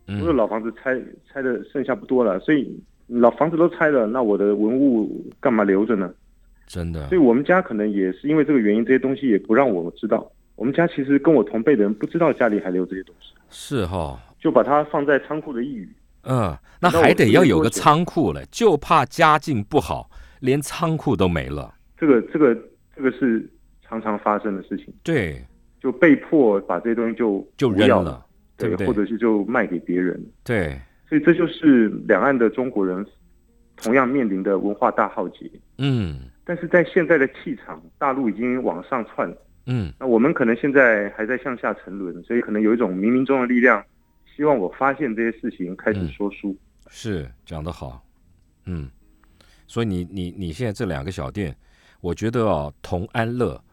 [SPEAKER 3] 除了
[SPEAKER 2] 嗯
[SPEAKER 3] 老房子拆拆的剩下不多了，所以老房子都拆了，那我的文物干嘛留着呢？
[SPEAKER 2] 真的
[SPEAKER 3] 所以我们家可能也是因为这个原因，这些东西也不让我知道。我们家其实跟我同辈的人不知道家里还留这些东西，
[SPEAKER 2] 是哈、哦。
[SPEAKER 3] 就把它放在仓库的一隅。
[SPEAKER 2] 嗯，那
[SPEAKER 3] 那
[SPEAKER 2] 还
[SPEAKER 3] 我
[SPEAKER 2] 得
[SPEAKER 3] 是
[SPEAKER 2] 要
[SPEAKER 3] 越
[SPEAKER 2] 有
[SPEAKER 3] 多
[SPEAKER 2] 个
[SPEAKER 3] 钱
[SPEAKER 2] 仓库了，就怕家境不好，连仓库都没了。
[SPEAKER 3] 这个这个这个是常常发生的事情，
[SPEAKER 2] 对，
[SPEAKER 3] 就被迫把这些东西就
[SPEAKER 2] 就
[SPEAKER 3] 不
[SPEAKER 2] 扔
[SPEAKER 3] 要
[SPEAKER 2] 了，，对
[SPEAKER 3] 对
[SPEAKER 2] 不对
[SPEAKER 3] 或者是就卖给别人。
[SPEAKER 2] 对，
[SPEAKER 3] 所以这就是两岸的中国人同样面临的文化大浩劫。
[SPEAKER 2] 嗯
[SPEAKER 3] 但是在现在的气场，大陆已经往上窜了。
[SPEAKER 2] 嗯
[SPEAKER 3] 那我们可能现在还在向下沉沦，所以可能有一种冥冥中的力量，希望我发现这些事情，开
[SPEAKER 2] 嗯
[SPEAKER 3] 始说书。
[SPEAKER 2] 是讲得好，嗯，所以你你你现在这两个小店，我觉得哦，同安乐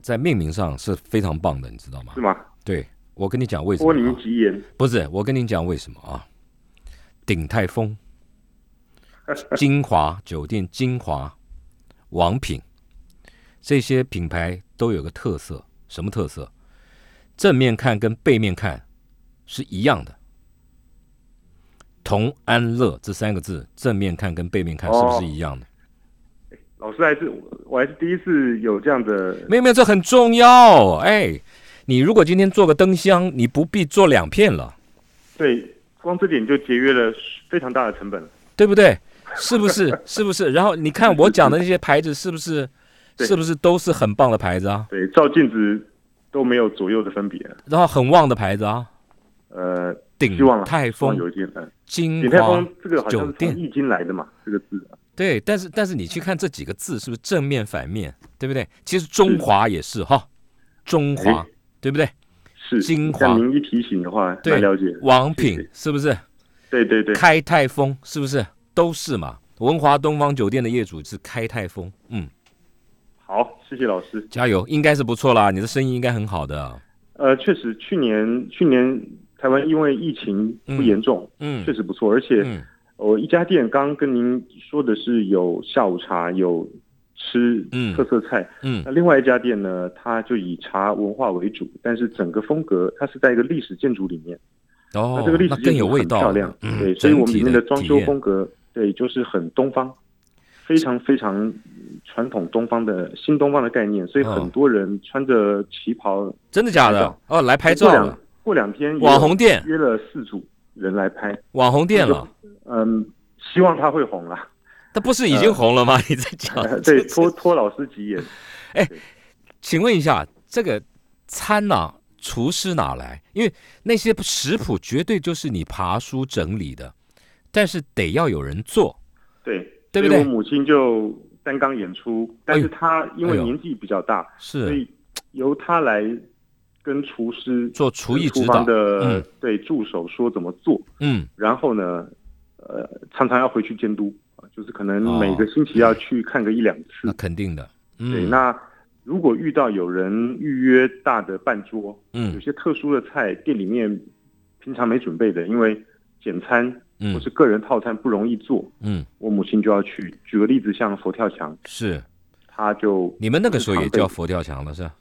[SPEAKER 2] 在命名上是非常棒的，你知道吗
[SPEAKER 3] 是？吗？
[SPEAKER 2] 对，我跟你讲为什么、
[SPEAKER 3] 脱离
[SPEAKER 2] 啊？
[SPEAKER 3] 吉
[SPEAKER 2] *laughs*
[SPEAKER 3] 言，
[SPEAKER 2] 不是，我跟你讲为什么啊？鼎泰丰、
[SPEAKER 3] *laughs*
[SPEAKER 2] 金华酒店、金华、王品这些品牌都有个特色，什么特色？正面看跟背面看是一样的。同安乐这三个字，正面看跟背面看是不是一样的？
[SPEAKER 3] 老师还是我还是第一次有这样的，
[SPEAKER 2] 没有没有，这很重要。哎，你如果今天做个灯箱，你不必做两片了。
[SPEAKER 3] 对，光这点就节约了非常大的成本了。
[SPEAKER 2] 对不对？是不是？是不是？然后你看我讲的那些牌子，是不是？
[SPEAKER 3] 对
[SPEAKER 2] 是不是都是很棒的牌子啊？
[SPEAKER 3] 对，照镜子都没有左右的分别。
[SPEAKER 2] 然后很旺的牌子啊，
[SPEAKER 3] 呃，
[SPEAKER 2] 鼎
[SPEAKER 3] 希望了，
[SPEAKER 2] 泰
[SPEAKER 3] 希望有
[SPEAKER 2] 丰、
[SPEAKER 3] 一天，嗯，
[SPEAKER 2] 金
[SPEAKER 3] 鼎泰
[SPEAKER 2] 华
[SPEAKER 3] 丰这个好像
[SPEAKER 2] 酒
[SPEAKER 3] 是从《
[SPEAKER 2] 店，
[SPEAKER 3] 易经》来的嘛，这个字啊
[SPEAKER 2] 对。但是但是你去看这几个字，是不是正面反面，对不对？其实中华也是哈，中华
[SPEAKER 3] 哎
[SPEAKER 2] 对不对？
[SPEAKER 3] 是。
[SPEAKER 2] 精华
[SPEAKER 3] 像您一提醒的话，
[SPEAKER 2] 对
[SPEAKER 3] 蛮了解。
[SPEAKER 2] 王品
[SPEAKER 3] 是
[SPEAKER 2] 是不是？
[SPEAKER 3] 对对对，
[SPEAKER 2] 开泰丰是不是？都是嘛。文华东方酒店的业主是开泰丰，嗯，
[SPEAKER 3] 好，谢谢老师。
[SPEAKER 2] 加油，应该是不错啦，你的生意应该很好的，
[SPEAKER 3] 呃，确实，去年去年台湾因为疫情不严重，
[SPEAKER 2] 嗯
[SPEAKER 3] 确实不错。而且
[SPEAKER 2] 嗯
[SPEAKER 3] 我一家店刚刚跟您说的是有下午茶，有吃
[SPEAKER 2] 嗯
[SPEAKER 3] 特色菜。
[SPEAKER 2] 嗯
[SPEAKER 3] 那另外一家店呢，它就以茶文化为主，但是整个风格它是在一个历史建筑里面。
[SPEAKER 2] 哦，
[SPEAKER 3] 那这个历史
[SPEAKER 2] 更
[SPEAKER 3] 建
[SPEAKER 2] 有
[SPEAKER 3] 筑
[SPEAKER 2] 味
[SPEAKER 3] 很
[SPEAKER 2] 道，
[SPEAKER 3] 漂亮，
[SPEAKER 2] 嗯、
[SPEAKER 3] 对，所以我们
[SPEAKER 2] 整体
[SPEAKER 3] 里面
[SPEAKER 2] 的
[SPEAKER 3] 的装
[SPEAKER 2] 体
[SPEAKER 3] 修
[SPEAKER 2] 验
[SPEAKER 3] 风格，对，就是很东方，非常非常传统东方的新东方的概念，所以
[SPEAKER 2] 哦
[SPEAKER 3] 很多人穿着旗袍
[SPEAKER 2] 真的假
[SPEAKER 3] 拍
[SPEAKER 2] 的
[SPEAKER 3] 照？
[SPEAKER 2] 哦，来拍
[SPEAKER 3] 过
[SPEAKER 2] 照了
[SPEAKER 3] 两，过两天也有
[SPEAKER 2] 网红店
[SPEAKER 3] 约了四组人来拍，
[SPEAKER 2] 网红店了，
[SPEAKER 3] 嗯，希望他会红啦。
[SPEAKER 2] 他不是已经红了吗？你在讲 *laughs*
[SPEAKER 3] 呃 *laughs* 对，托托老师吉言，
[SPEAKER 2] 请问一下，这个餐呐、厨师哪来？因为那些食谱绝对就是你爬书整理的，但是得要有人做。
[SPEAKER 3] 对，
[SPEAKER 2] 对不
[SPEAKER 3] 所
[SPEAKER 2] 对
[SPEAKER 3] 以我母亲就担纲演出，但是她因
[SPEAKER 2] 哎
[SPEAKER 3] 为
[SPEAKER 2] 呦
[SPEAKER 3] 年纪比较大，所
[SPEAKER 2] 是
[SPEAKER 3] 以由她来跟厨师
[SPEAKER 2] 做厨艺
[SPEAKER 3] 厨
[SPEAKER 2] 指
[SPEAKER 3] 房
[SPEAKER 2] 导，
[SPEAKER 3] 的
[SPEAKER 2] 嗯
[SPEAKER 3] 对助手说怎么做，
[SPEAKER 2] 嗯，
[SPEAKER 3] 然后呢，呃，常常要回去监督。啊就是可
[SPEAKER 2] 哦
[SPEAKER 3] 能每个星期要去看个一两
[SPEAKER 2] 那
[SPEAKER 3] 次，
[SPEAKER 2] 肯定的，嗯，
[SPEAKER 3] 对。那如果遇到有人预约大的半桌，有
[SPEAKER 2] 嗯
[SPEAKER 3] 些特殊的菜店里面平常没准备的，因为简餐或
[SPEAKER 2] 嗯
[SPEAKER 3] 是个人套餐不容易做，
[SPEAKER 2] 嗯
[SPEAKER 3] 我母亲就要去。举个例子，像佛跳墙，
[SPEAKER 2] 是，
[SPEAKER 3] 她就
[SPEAKER 2] 你们那个时候也
[SPEAKER 3] 常备
[SPEAKER 2] 叫佛跳墙了是吧？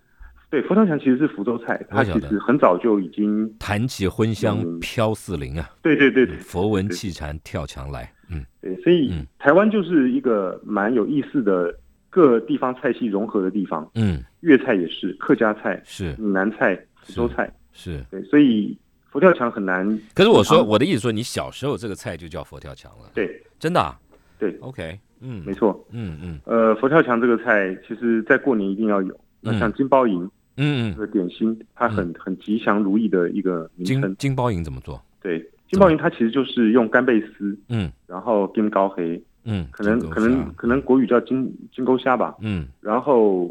[SPEAKER 3] 对佛跳墙其实是福州菜，
[SPEAKER 2] 我
[SPEAKER 3] 它
[SPEAKER 2] 晓
[SPEAKER 3] 其
[SPEAKER 2] 得
[SPEAKER 3] 实很嗯早就已经
[SPEAKER 2] 弹起荤香
[SPEAKER 3] 嗯
[SPEAKER 2] 飘四邻啊，
[SPEAKER 3] 对对嗯对对
[SPEAKER 2] 佛文气禅跳墙来，嗯
[SPEAKER 3] 对，所以
[SPEAKER 2] 嗯
[SPEAKER 3] 台湾就是一个蛮有意思的各地方菜系融合的地方，
[SPEAKER 2] 嗯
[SPEAKER 3] 粤菜也是，客家菜、
[SPEAKER 2] 是
[SPEAKER 3] 闽南菜、福州菜，
[SPEAKER 2] 是。
[SPEAKER 3] 对，所以佛跳墙很难
[SPEAKER 2] 可是我说
[SPEAKER 3] 嗯
[SPEAKER 2] 我的意思说，你小时候这个菜就叫佛跳墙了，
[SPEAKER 3] 对
[SPEAKER 2] 真的、啊？
[SPEAKER 3] 对
[SPEAKER 2] ，OK，嗯
[SPEAKER 3] 没错。
[SPEAKER 2] 嗯嗯
[SPEAKER 3] 呃，佛跳墙这个菜，其实在过年一定要有。那像金包银
[SPEAKER 2] 嗯嗯，
[SPEAKER 3] 这个点心，它很很吉祥如意的一个名
[SPEAKER 2] 金
[SPEAKER 3] 称。
[SPEAKER 2] 金包银怎么做？
[SPEAKER 3] 对，金包银它其实就是用干贝丝，
[SPEAKER 2] 嗯
[SPEAKER 3] 然后金高黑，
[SPEAKER 2] 嗯，
[SPEAKER 3] 可能
[SPEAKER 2] 金钩
[SPEAKER 3] 可
[SPEAKER 2] 虾
[SPEAKER 3] 能可能国语叫金金钩虾吧，
[SPEAKER 2] 嗯，
[SPEAKER 3] 然后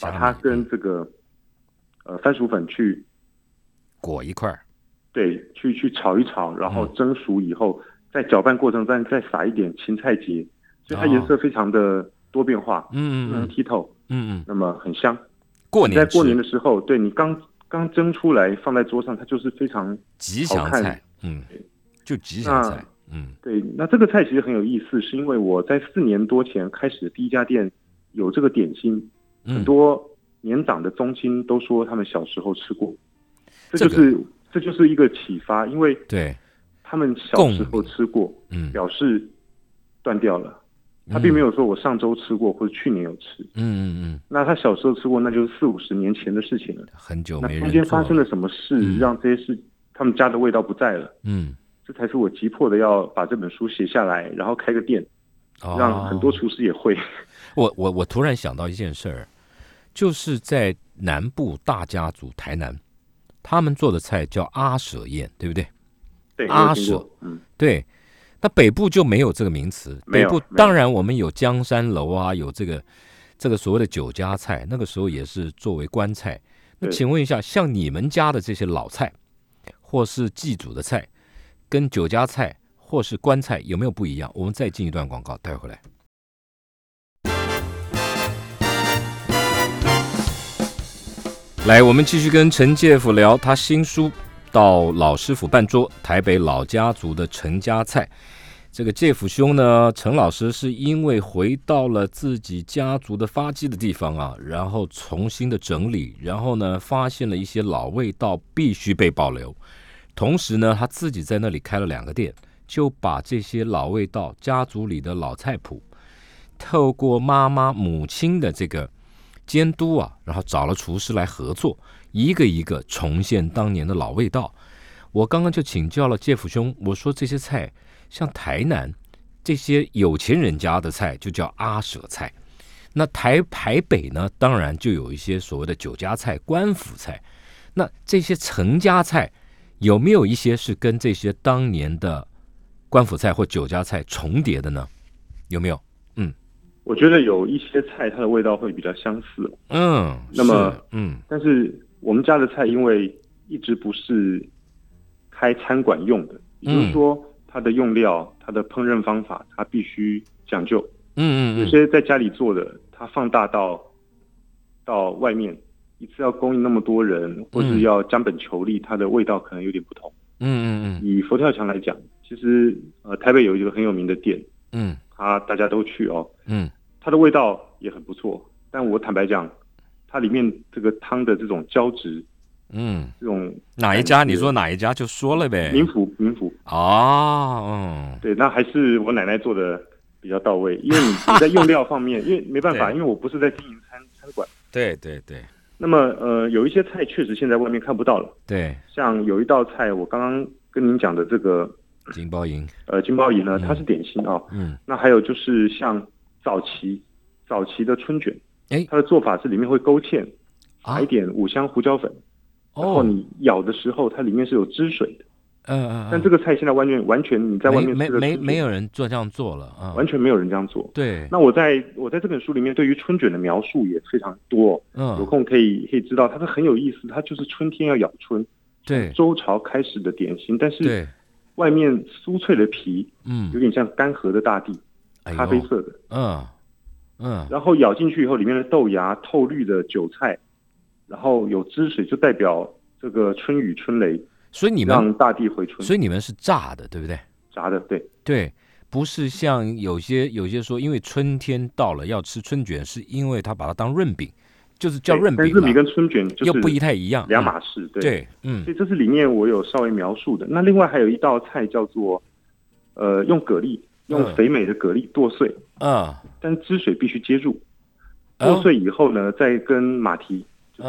[SPEAKER 3] 把
[SPEAKER 2] 虾
[SPEAKER 3] 它
[SPEAKER 2] 米
[SPEAKER 3] 跟这个呃番薯粉去
[SPEAKER 2] 裹一块儿，
[SPEAKER 3] 对去去炒一炒，然后
[SPEAKER 2] 嗯
[SPEAKER 3] 蒸熟以后，在搅拌过程中再撒一点芹菜结，所以它
[SPEAKER 2] 哦
[SPEAKER 3] 颜色非常的多变化，不
[SPEAKER 2] 嗯
[SPEAKER 3] 能
[SPEAKER 2] 嗯嗯
[SPEAKER 3] 剔透，
[SPEAKER 2] 嗯嗯，
[SPEAKER 3] 那么很香。
[SPEAKER 2] 过
[SPEAKER 3] 你
[SPEAKER 2] 年
[SPEAKER 3] 在过年
[SPEAKER 2] 吃
[SPEAKER 3] 的时候，对你刚刚蒸出来放在桌上，它就是非常
[SPEAKER 2] 吉祥
[SPEAKER 3] 好看
[SPEAKER 2] 菜，嗯，就吉祥
[SPEAKER 3] 那
[SPEAKER 2] 菜，嗯
[SPEAKER 3] 对。那这个菜其实很有意思，是因为我在四年多前开始的第一家店有这个点心，很
[SPEAKER 2] 嗯，
[SPEAKER 3] 多年长的宗亲都说他们小时候吃过，这
[SPEAKER 2] 这
[SPEAKER 3] 就
[SPEAKER 2] 个
[SPEAKER 3] 是这就是一个启发，因为
[SPEAKER 2] 对，
[SPEAKER 3] 他们小时候
[SPEAKER 2] 共鸣
[SPEAKER 3] 吃过，
[SPEAKER 2] 嗯
[SPEAKER 3] 表示断掉了。他
[SPEAKER 2] 嗯
[SPEAKER 3] 并没有说我上周吃过或者去年有吃，
[SPEAKER 2] 嗯嗯嗯，嗯
[SPEAKER 3] 那他小时候吃过，那就是四五十年前的事情了。
[SPEAKER 2] 很久
[SPEAKER 3] 那
[SPEAKER 2] 没
[SPEAKER 3] 中
[SPEAKER 2] 人
[SPEAKER 3] 间
[SPEAKER 2] 做
[SPEAKER 3] 发生了
[SPEAKER 2] 了，
[SPEAKER 3] 什么
[SPEAKER 2] 嗯
[SPEAKER 3] 事，让这些事他们家的味道不在了？
[SPEAKER 2] 嗯，
[SPEAKER 3] 这才是我急迫的要把这本书写下来，然后开个店，让很
[SPEAKER 2] 哦
[SPEAKER 3] 多厨师
[SPEAKER 2] *laughs*
[SPEAKER 3] 也会。
[SPEAKER 2] 我我我突然想到一件事儿，就是在南部大家族台南，他们做的菜叫阿舍宴，对不对？
[SPEAKER 3] 对，我
[SPEAKER 2] 阿
[SPEAKER 3] 有听
[SPEAKER 2] 舍
[SPEAKER 3] 过，嗯，
[SPEAKER 2] 对。那北部就没有这个名词，
[SPEAKER 3] 没
[SPEAKER 2] 北
[SPEAKER 3] 有
[SPEAKER 2] 部
[SPEAKER 3] 没有
[SPEAKER 2] 当然我们有江山楼啊，有这个这个所谓的酒家菜，那个时候也是作为官菜。那
[SPEAKER 3] 对
[SPEAKER 2] 请问一下，像你们家的这些老菜，或是祭祖的菜，跟酒家菜或是官菜有没有不一样？我们再进一段广告，待会回来。来，我们继续跟陈介甫聊他新书《到老师傅办桌：台北老家族的陈家菜》。这个介甫兄呢，陈老师是因为回到了自己家族的发迹的地方啊，然后重新的整理，然后呢，发现了一些老味道必须被保留。同时呢，他自己在那里开了两个店，就把这些老味道、家族里的老菜谱，透过妈妈、母亲的这个监督啊，然后找了厨师来合作，一个一个重现当年的老味道。我刚刚就请教了介甫兄，我说这些菜像台南这些有钱人家的菜就叫阿舍菜，那台台北呢，当然就有一些所谓的酒家菜、官府菜。那这些陈家菜有没有一些是跟这些当年的官府菜或酒家菜重叠的呢？有没有？
[SPEAKER 3] 我觉得有一些菜它的味道会比较相似，
[SPEAKER 2] 嗯，
[SPEAKER 3] 那么
[SPEAKER 2] 是嗯
[SPEAKER 3] 但是我们家的菜因为一直不是开餐馆用的，也
[SPEAKER 2] 嗯
[SPEAKER 3] 就是说它的用料、它的烹饪方法，它必须讲究。有
[SPEAKER 2] 嗯嗯嗯
[SPEAKER 3] 些在家里做的，它放大到到外面，一次要供应那么多人，或是要将本求利，它的味道可能有点不同。
[SPEAKER 2] 嗯嗯
[SPEAKER 3] 以佛跳墙来讲，其实呃台北有一个很有名的店，
[SPEAKER 2] 嗯
[SPEAKER 3] 它大家都去哦，
[SPEAKER 2] 嗯
[SPEAKER 3] 它的味道也很不错。但我坦白讲，它里面这个汤的这种胶质，
[SPEAKER 2] 嗯，
[SPEAKER 3] 这种
[SPEAKER 2] 哪一家？你说哪一家就说了呗。
[SPEAKER 3] 民府民府
[SPEAKER 2] 哦，
[SPEAKER 3] 对，那还是我奶奶做的比较到位，因为你你在用料方面，因为没办法，
[SPEAKER 2] 对
[SPEAKER 3] 因为我不是在经营餐餐馆。
[SPEAKER 2] 嗯，对对对
[SPEAKER 3] 那么呃，有一些菜确实现在外面看不到了，
[SPEAKER 2] 对，
[SPEAKER 3] 像有一道菜我刚刚跟您讲的这个
[SPEAKER 2] 金包银，
[SPEAKER 3] 呃金包银呢，
[SPEAKER 2] 嗯
[SPEAKER 3] 它是点心啊、
[SPEAKER 2] 嗯
[SPEAKER 3] 那还有就是像早期早期的春卷，
[SPEAKER 2] 哎
[SPEAKER 3] 它的做法是里面会勾芡，
[SPEAKER 2] 啊
[SPEAKER 3] 撒一点五香胡椒粉，然后
[SPEAKER 2] 哦，嗯
[SPEAKER 3] 你咬的时候它里面是有汁水的。
[SPEAKER 2] 嗯嗯，
[SPEAKER 3] 但这个菜现在完全完全你在外面
[SPEAKER 2] 没
[SPEAKER 3] 吃的
[SPEAKER 2] 没没
[SPEAKER 3] 春卷
[SPEAKER 2] 没有人做这样做了啊，
[SPEAKER 3] 完全没有人这样做。
[SPEAKER 2] 对，
[SPEAKER 3] 那我在我在这本书里面对于春卷的描述也非常多，有
[SPEAKER 2] 嗯
[SPEAKER 3] 空可以可以知道它是很有意思，它就是春天要咬春，
[SPEAKER 2] 对
[SPEAKER 3] 周朝开始的点心，但是
[SPEAKER 2] 对，
[SPEAKER 3] 外面酥脆的皮有
[SPEAKER 2] 嗯，
[SPEAKER 3] 点像干涸的大地，
[SPEAKER 2] 哎
[SPEAKER 3] 咖啡
[SPEAKER 2] 呦，
[SPEAKER 3] 色的，
[SPEAKER 2] 嗯嗯
[SPEAKER 3] 然后咬进去以后，里面的豆芽、透绿的韭菜，然后有汁水，就代表这个春雨春雷，
[SPEAKER 2] 所以你们
[SPEAKER 3] 让大地回春。
[SPEAKER 2] 所以你们是炸的，对不对？
[SPEAKER 3] 炸的，对
[SPEAKER 2] 对，不是像有些有些说，因为春天到了要吃春卷，是因为他把它当润饼，就是叫
[SPEAKER 3] 对
[SPEAKER 2] 润
[SPEAKER 3] 但
[SPEAKER 2] 饼
[SPEAKER 3] 是润饼
[SPEAKER 2] 了，
[SPEAKER 3] 跟春卷就
[SPEAKER 2] 又
[SPEAKER 3] 是
[SPEAKER 2] 不一太一样，
[SPEAKER 3] 两
[SPEAKER 2] 嗯
[SPEAKER 3] 码事，对。
[SPEAKER 2] 对，嗯
[SPEAKER 3] 所以这是里面我有稍微描述的。那另外还有一道菜叫做，呃，用蛤蜊，用
[SPEAKER 2] 嗯
[SPEAKER 3] 肥美的蛤蜊剁碎，
[SPEAKER 2] 嗯
[SPEAKER 3] 但汁水必须接住。
[SPEAKER 2] 哦
[SPEAKER 3] 剁碎以后呢，再跟马蹄、
[SPEAKER 2] 嗯
[SPEAKER 3] 荸荠、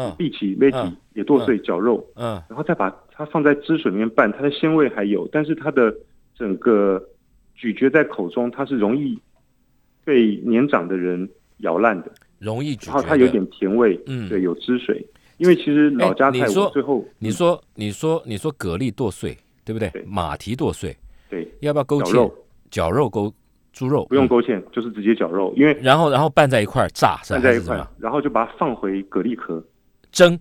[SPEAKER 3] 荸荠
[SPEAKER 2] 嗯
[SPEAKER 3] 也剁碎绞肉，
[SPEAKER 2] 嗯
[SPEAKER 3] 然后再把它放在汁水里面拌，它的鲜味还有，但是它的整个咀嚼在口中，它是容易被年长的人咬烂的，
[SPEAKER 2] 容易咀嚼
[SPEAKER 3] 然后
[SPEAKER 2] 的。
[SPEAKER 3] 它有点甜味，
[SPEAKER 2] 嗯
[SPEAKER 3] 对，有汁水。因为其实老家
[SPEAKER 2] 哎
[SPEAKER 3] 菜
[SPEAKER 2] 你说
[SPEAKER 3] 我最后
[SPEAKER 2] 你说，你说，你说蛤蜊剁碎，对不对？
[SPEAKER 3] 对
[SPEAKER 2] 马蹄剁碎，
[SPEAKER 3] 对
[SPEAKER 2] 要不要勾
[SPEAKER 3] 绞
[SPEAKER 2] 芡
[SPEAKER 3] 肉？
[SPEAKER 2] 绞肉勾猪肉，
[SPEAKER 3] 不用
[SPEAKER 2] 嗯。
[SPEAKER 3] 勾芡，就是直接绞肉，因为
[SPEAKER 2] 然后，然后拌在一块儿炸，是吧
[SPEAKER 3] 拌在
[SPEAKER 2] 还
[SPEAKER 3] 一
[SPEAKER 2] 是怎
[SPEAKER 3] 块
[SPEAKER 2] 么样，
[SPEAKER 3] 然后就把它放回蛤蜊壳
[SPEAKER 2] 蒸，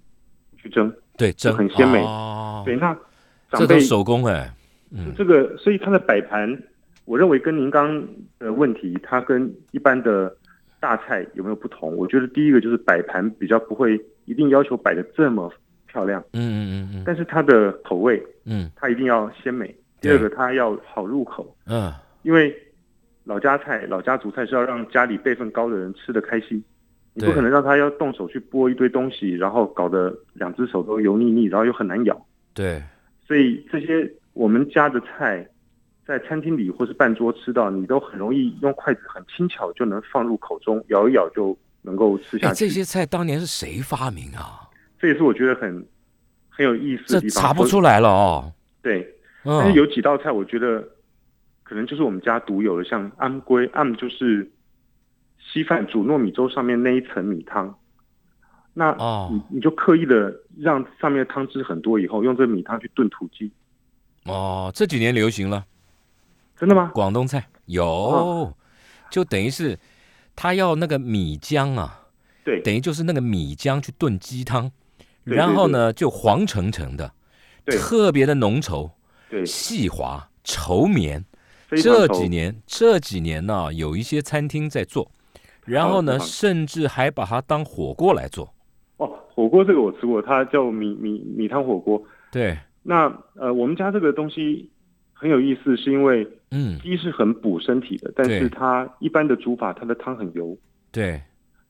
[SPEAKER 3] 去蒸。
[SPEAKER 2] 对，蒸
[SPEAKER 3] 很鲜美
[SPEAKER 2] 哦
[SPEAKER 3] 对，那
[SPEAKER 2] 这
[SPEAKER 3] 长
[SPEAKER 2] 都
[SPEAKER 3] 辈
[SPEAKER 2] 手工哎，
[SPEAKER 3] 这个，所以它的摆盘，我认为跟您刚刚的问题，它跟一般的大菜有没有不同？我觉得第一个就是摆盘比较不会一定要求摆的这么漂亮，
[SPEAKER 2] 嗯嗯嗯
[SPEAKER 3] 但是它的口味
[SPEAKER 2] 嗯
[SPEAKER 3] 它一定要鲜美。第
[SPEAKER 2] 对
[SPEAKER 3] 二个，它要好入口，
[SPEAKER 2] 嗯嗯，
[SPEAKER 3] 因为老家菜、老家族菜是要让家里辈分高的人吃得开心，你不
[SPEAKER 2] 对
[SPEAKER 3] 可能让他要动手去剥一堆东西，然后搞得两只手都油腻腻，然后又很难咬。
[SPEAKER 2] 对，
[SPEAKER 3] 所以这些我们家的菜，在餐厅里或是办桌吃到，你都很容易用筷子很轻巧就能放入口中，咬一咬就能够吃
[SPEAKER 2] 哎，
[SPEAKER 3] 下去。
[SPEAKER 2] 这些菜当年是谁发明啊？
[SPEAKER 3] 这也是我觉得很很有意思
[SPEAKER 2] 这
[SPEAKER 3] 的地方。
[SPEAKER 2] 查不出来了哦。
[SPEAKER 3] 对，但
[SPEAKER 2] 嗯
[SPEAKER 3] 哎是，有几道菜我觉得可能就是我们家独有的，像安龟，安就是稀饭煮糯米粥上面那一层米汤。那
[SPEAKER 2] 哦
[SPEAKER 3] 你你就刻意的让上面的汤汁很多，以后用这米汤去炖土鸡，
[SPEAKER 2] 哦，这几年流行了
[SPEAKER 3] 真的吗？
[SPEAKER 2] 广东菜，
[SPEAKER 3] 啊
[SPEAKER 2] 有，就等于是他要那个米浆啊。
[SPEAKER 3] 对，
[SPEAKER 2] 等于就是那个米浆去炖鸡汤，
[SPEAKER 3] 对
[SPEAKER 2] 然后呢就黄澄澄的，
[SPEAKER 3] 对
[SPEAKER 2] 特别的浓稠、
[SPEAKER 3] 对，
[SPEAKER 2] 细滑、稠绵。
[SPEAKER 3] 非常
[SPEAKER 2] 这
[SPEAKER 3] 熟
[SPEAKER 2] 几年这几年呢、有一些餐厅在做，然后呢，
[SPEAKER 3] 非常
[SPEAKER 2] 甚至还把它当火锅来做。
[SPEAKER 3] 哦，火锅这个我吃过，它叫米米米汤火锅。
[SPEAKER 2] 对，
[SPEAKER 3] 那呃，我们家这个东西很有意思，是因为
[SPEAKER 2] 嗯，
[SPEAKER 3] 鸡是很补身体的，但
[SPEAKER 2] 对
[SPEAKER 3] 是它一般的煮法，它的汤很油，
[SPEAKER 2] 对，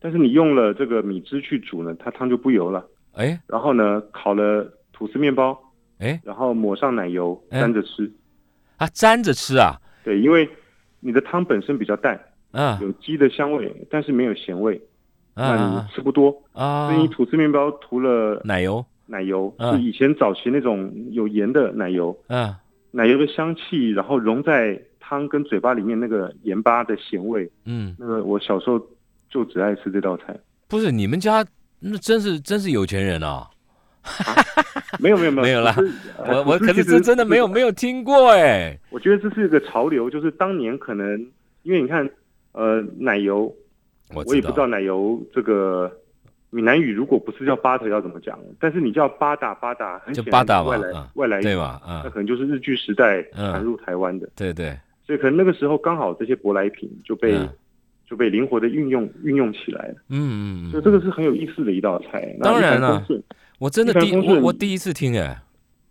[SPEAKER 3] 但是你用了这个米汁去煮呢，它汤就不油了。
[SPEAKER 2] 哎
[SPEAKER 3] 然后呢，烤了吐司面包，
[SPEAKER 2] 哎
[SPEAKER 3] 然后抹上奶油
[SPEAKER 2] 嗯
[SPEAKER 3] 沾着吃。
[SPEAKER 2] 啊，沾着吃啊，
[SPEAKER 3] 对，因为你的汤本身比较淡，
[SPEAKER 2] 啊
[SPEAKER 3] 有鸡的香味，但是没有咸味，那你
[SPEAKER 2] 啊
[SPEAKER 3] 吃不多。
[SPEAKER 2] 啊
[SPEAKER 3] 所以你
[SPEAKER 2] 啊，
[SPEAKER 3] 吐司面包涂了
[SPEAKER 2] 奶油，
[SPEAKER 3] 奶油，
[SPEAKER 2] 嗯
[SPEAKER 3] 是以前早期那种有盐的奶油。
[SPEAKER 2] 啊
[SPEAKER 3] 奶油的香气，然后融在汤跟嘴巴里面那个盐巴的咸味。
[SPEAKER 2] 嗯，
[SPEAKER 3] 那个我小时候就只爱吃这道
[SPEAKER 2] *laughs*
[SPEAKER 3] 菜，
[SPEAKER 2] 不是你们家那真是真是有钱人啊。
[SPEAKER 3] 没有没有没有
[SPEAKER 2] 没有啦
[SPEAKER 3] 可是
[SPEAKER 2] 我
[SPEAKER 3] 呃
[SPEAKER 2] 我可
[SPEAKER 3] 其
[SPEAKER 2] 是
[SPEAKER 3] 实
[SPEAKER 2] 真真的没有没有听过哎，
[SPEAKER 3] 我觉得这是一个潮流，就是当年可能因为你看，呃，奶油
[SPEAKER 2] 我
[SPEAKER 3] 我也不知道奶油这个闽南语如果不是叫巴特要怎么讲，但是你叫巴达巴达，很
[SPEAKER 2] 就
[SPEAKER 3] 显然
[SPEAKER 2] 八大嘛
[SPEAKER 3] 外来、
[SPEAKER 2] 嗯
[SPEAKER 3] 外来语
[SPEAKER 2] 对吧？啊
[SPEAKER 3] 那，可能就是日据时代
[SPEAKER 2] 嗯
[SPEAKER 3] 传入台湾的，
[SPEAKER 2] 对对，
[SPEAKER 3] 所以可能那个时候刚好这些舶来品就被、
[SPEAKER 2] 嗯
[SPEAKER 3] 就被灵活的运用运用起来了。
[SPEAKER 2] 嗯嗯
[SPEAKER 3] 就
[SPEAKER 2] 嗯，
[SPEAKER 3] 这个是很有意思的一道菜。那
[SPEAKER 2] 当然
[SPEAKER 3] 一帆
[SPEAKER 2] 了
[SPEAKER 3] 风顺，
[SPEAKER 2] 我真的
[SPEAKER 3] 一帆
[SPEAKER 2] 第
[SPEAKER 3] 风
[SPEAKER 2] 我
[SPEAKER 3] 顺
[SPEAKER 2] 我第一次听哎，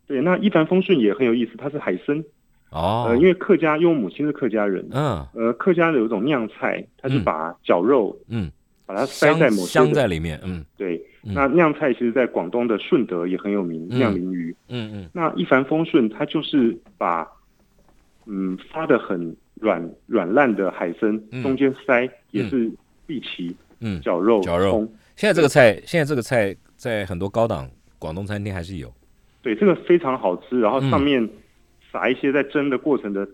[SPEAKER 3] 对，那一帆风顺也很有意思，它是海参。
[SPEAKER 2] 哦
[SPEAKER 3] 呃，，因为客家，因为我母亲是客家人，
[SPEAKER 2] 嗯
[SPEAKER 3] 呃，客家的有一种酿菜，它是
[SPEAKER 2] 嗯
[SPEAKER 3] 把绞肉
[SPEAKER 2] 嗯，
[SPEAKER 3] 把它塞
[SPEAKER 2] 香
[SPEAKER 3] 在某些
[SPEAKER 2] 香
[SPEAKER 3] 的
[SPEAKER 2] 在里面，嗯
[SPEAKER 3] 对。
[SPEAKER 2] 嗯
[SPEAKER 3] 那酿菜其实，在广东的顺德也很有名，
[SPEAKER 2] 嗯
[SPEAKER 3] 酿鲮鱼。
[SPEAKER 2] 嗯嗯，
[SPEAKER 3] 那一帆风顺，它就是把嗯发的很软软烂的海参
[SPEAKER 2] 嗯
[SPEAKER 3] 中间塞，也是碧琪
[SPEAKER 2] 嗯
[SPEAKER 3] 绞肉
[SPEAKER 2] 绞肉
[SPEAKER 3] 葱
[SPEAKER 2] 现在这个菜现在这个菜在很多高档广东餐厅还是有，
[SPEAKER 3] 对，这个非常好吃。然后
[SPEAKER 2] 嗯
[SPEAKER 3] 上面撒一些在蒸的过程的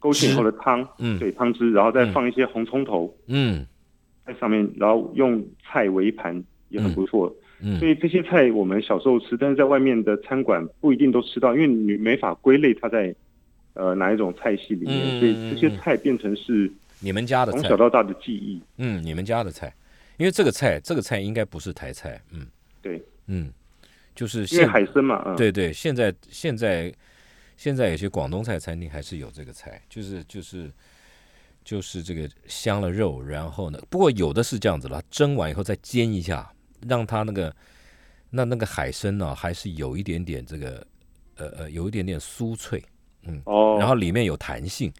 [SPEAKER 3] 勾芡以后的汤，
[SPEAKER 2] 嗯
[SPEAKER 3] 对，汤汁，然后再放一些红葱头
[SPEAKER 2] 嗯
[SPEAKER 3] 在上面，然后用菜为盘也很不错。所
[SPEAKER 2] 嗯
[SPEAKER 3] 以这些菜我们小时候吃，但是在外面的餐馆不一定都吃到，因为你没法归类它在呃哪一种菜系里面，
[SPEAKER 2] 嗯
[SPEAKER 3] 所以这些菜变成是
[SPEAKER 2] 你们家的
[SPEAKER 3] 从
[SPEAKER 2] 菜
[SPEAKER 3] 小，到大的记忆。
[SPEAKER 2] 嗯，你们家的菜，因为这个菜这个菜应该不是台菜，嗯
[SPEAKER 3] 对，
[SPEAKER 2] 嗯，就是
[SPEAKER 3] 因为
[SPEAKER 2] 现
[SPEAKER 3] 海参嘛，嗯，
[SPEAKER 2] 对对，现在现在现在有些广东菜餐厅还是有这个菜，就是就是就是这个香了肉，然后呢，不过有的是这样子了，蒸完以后再煎一下，让它那个那那个海参呢、还是有一点点这个呃呃有一点点酥脆，
[SPEAKER 3] 哦，
[SPEAKER 2] 然后里面有弹性，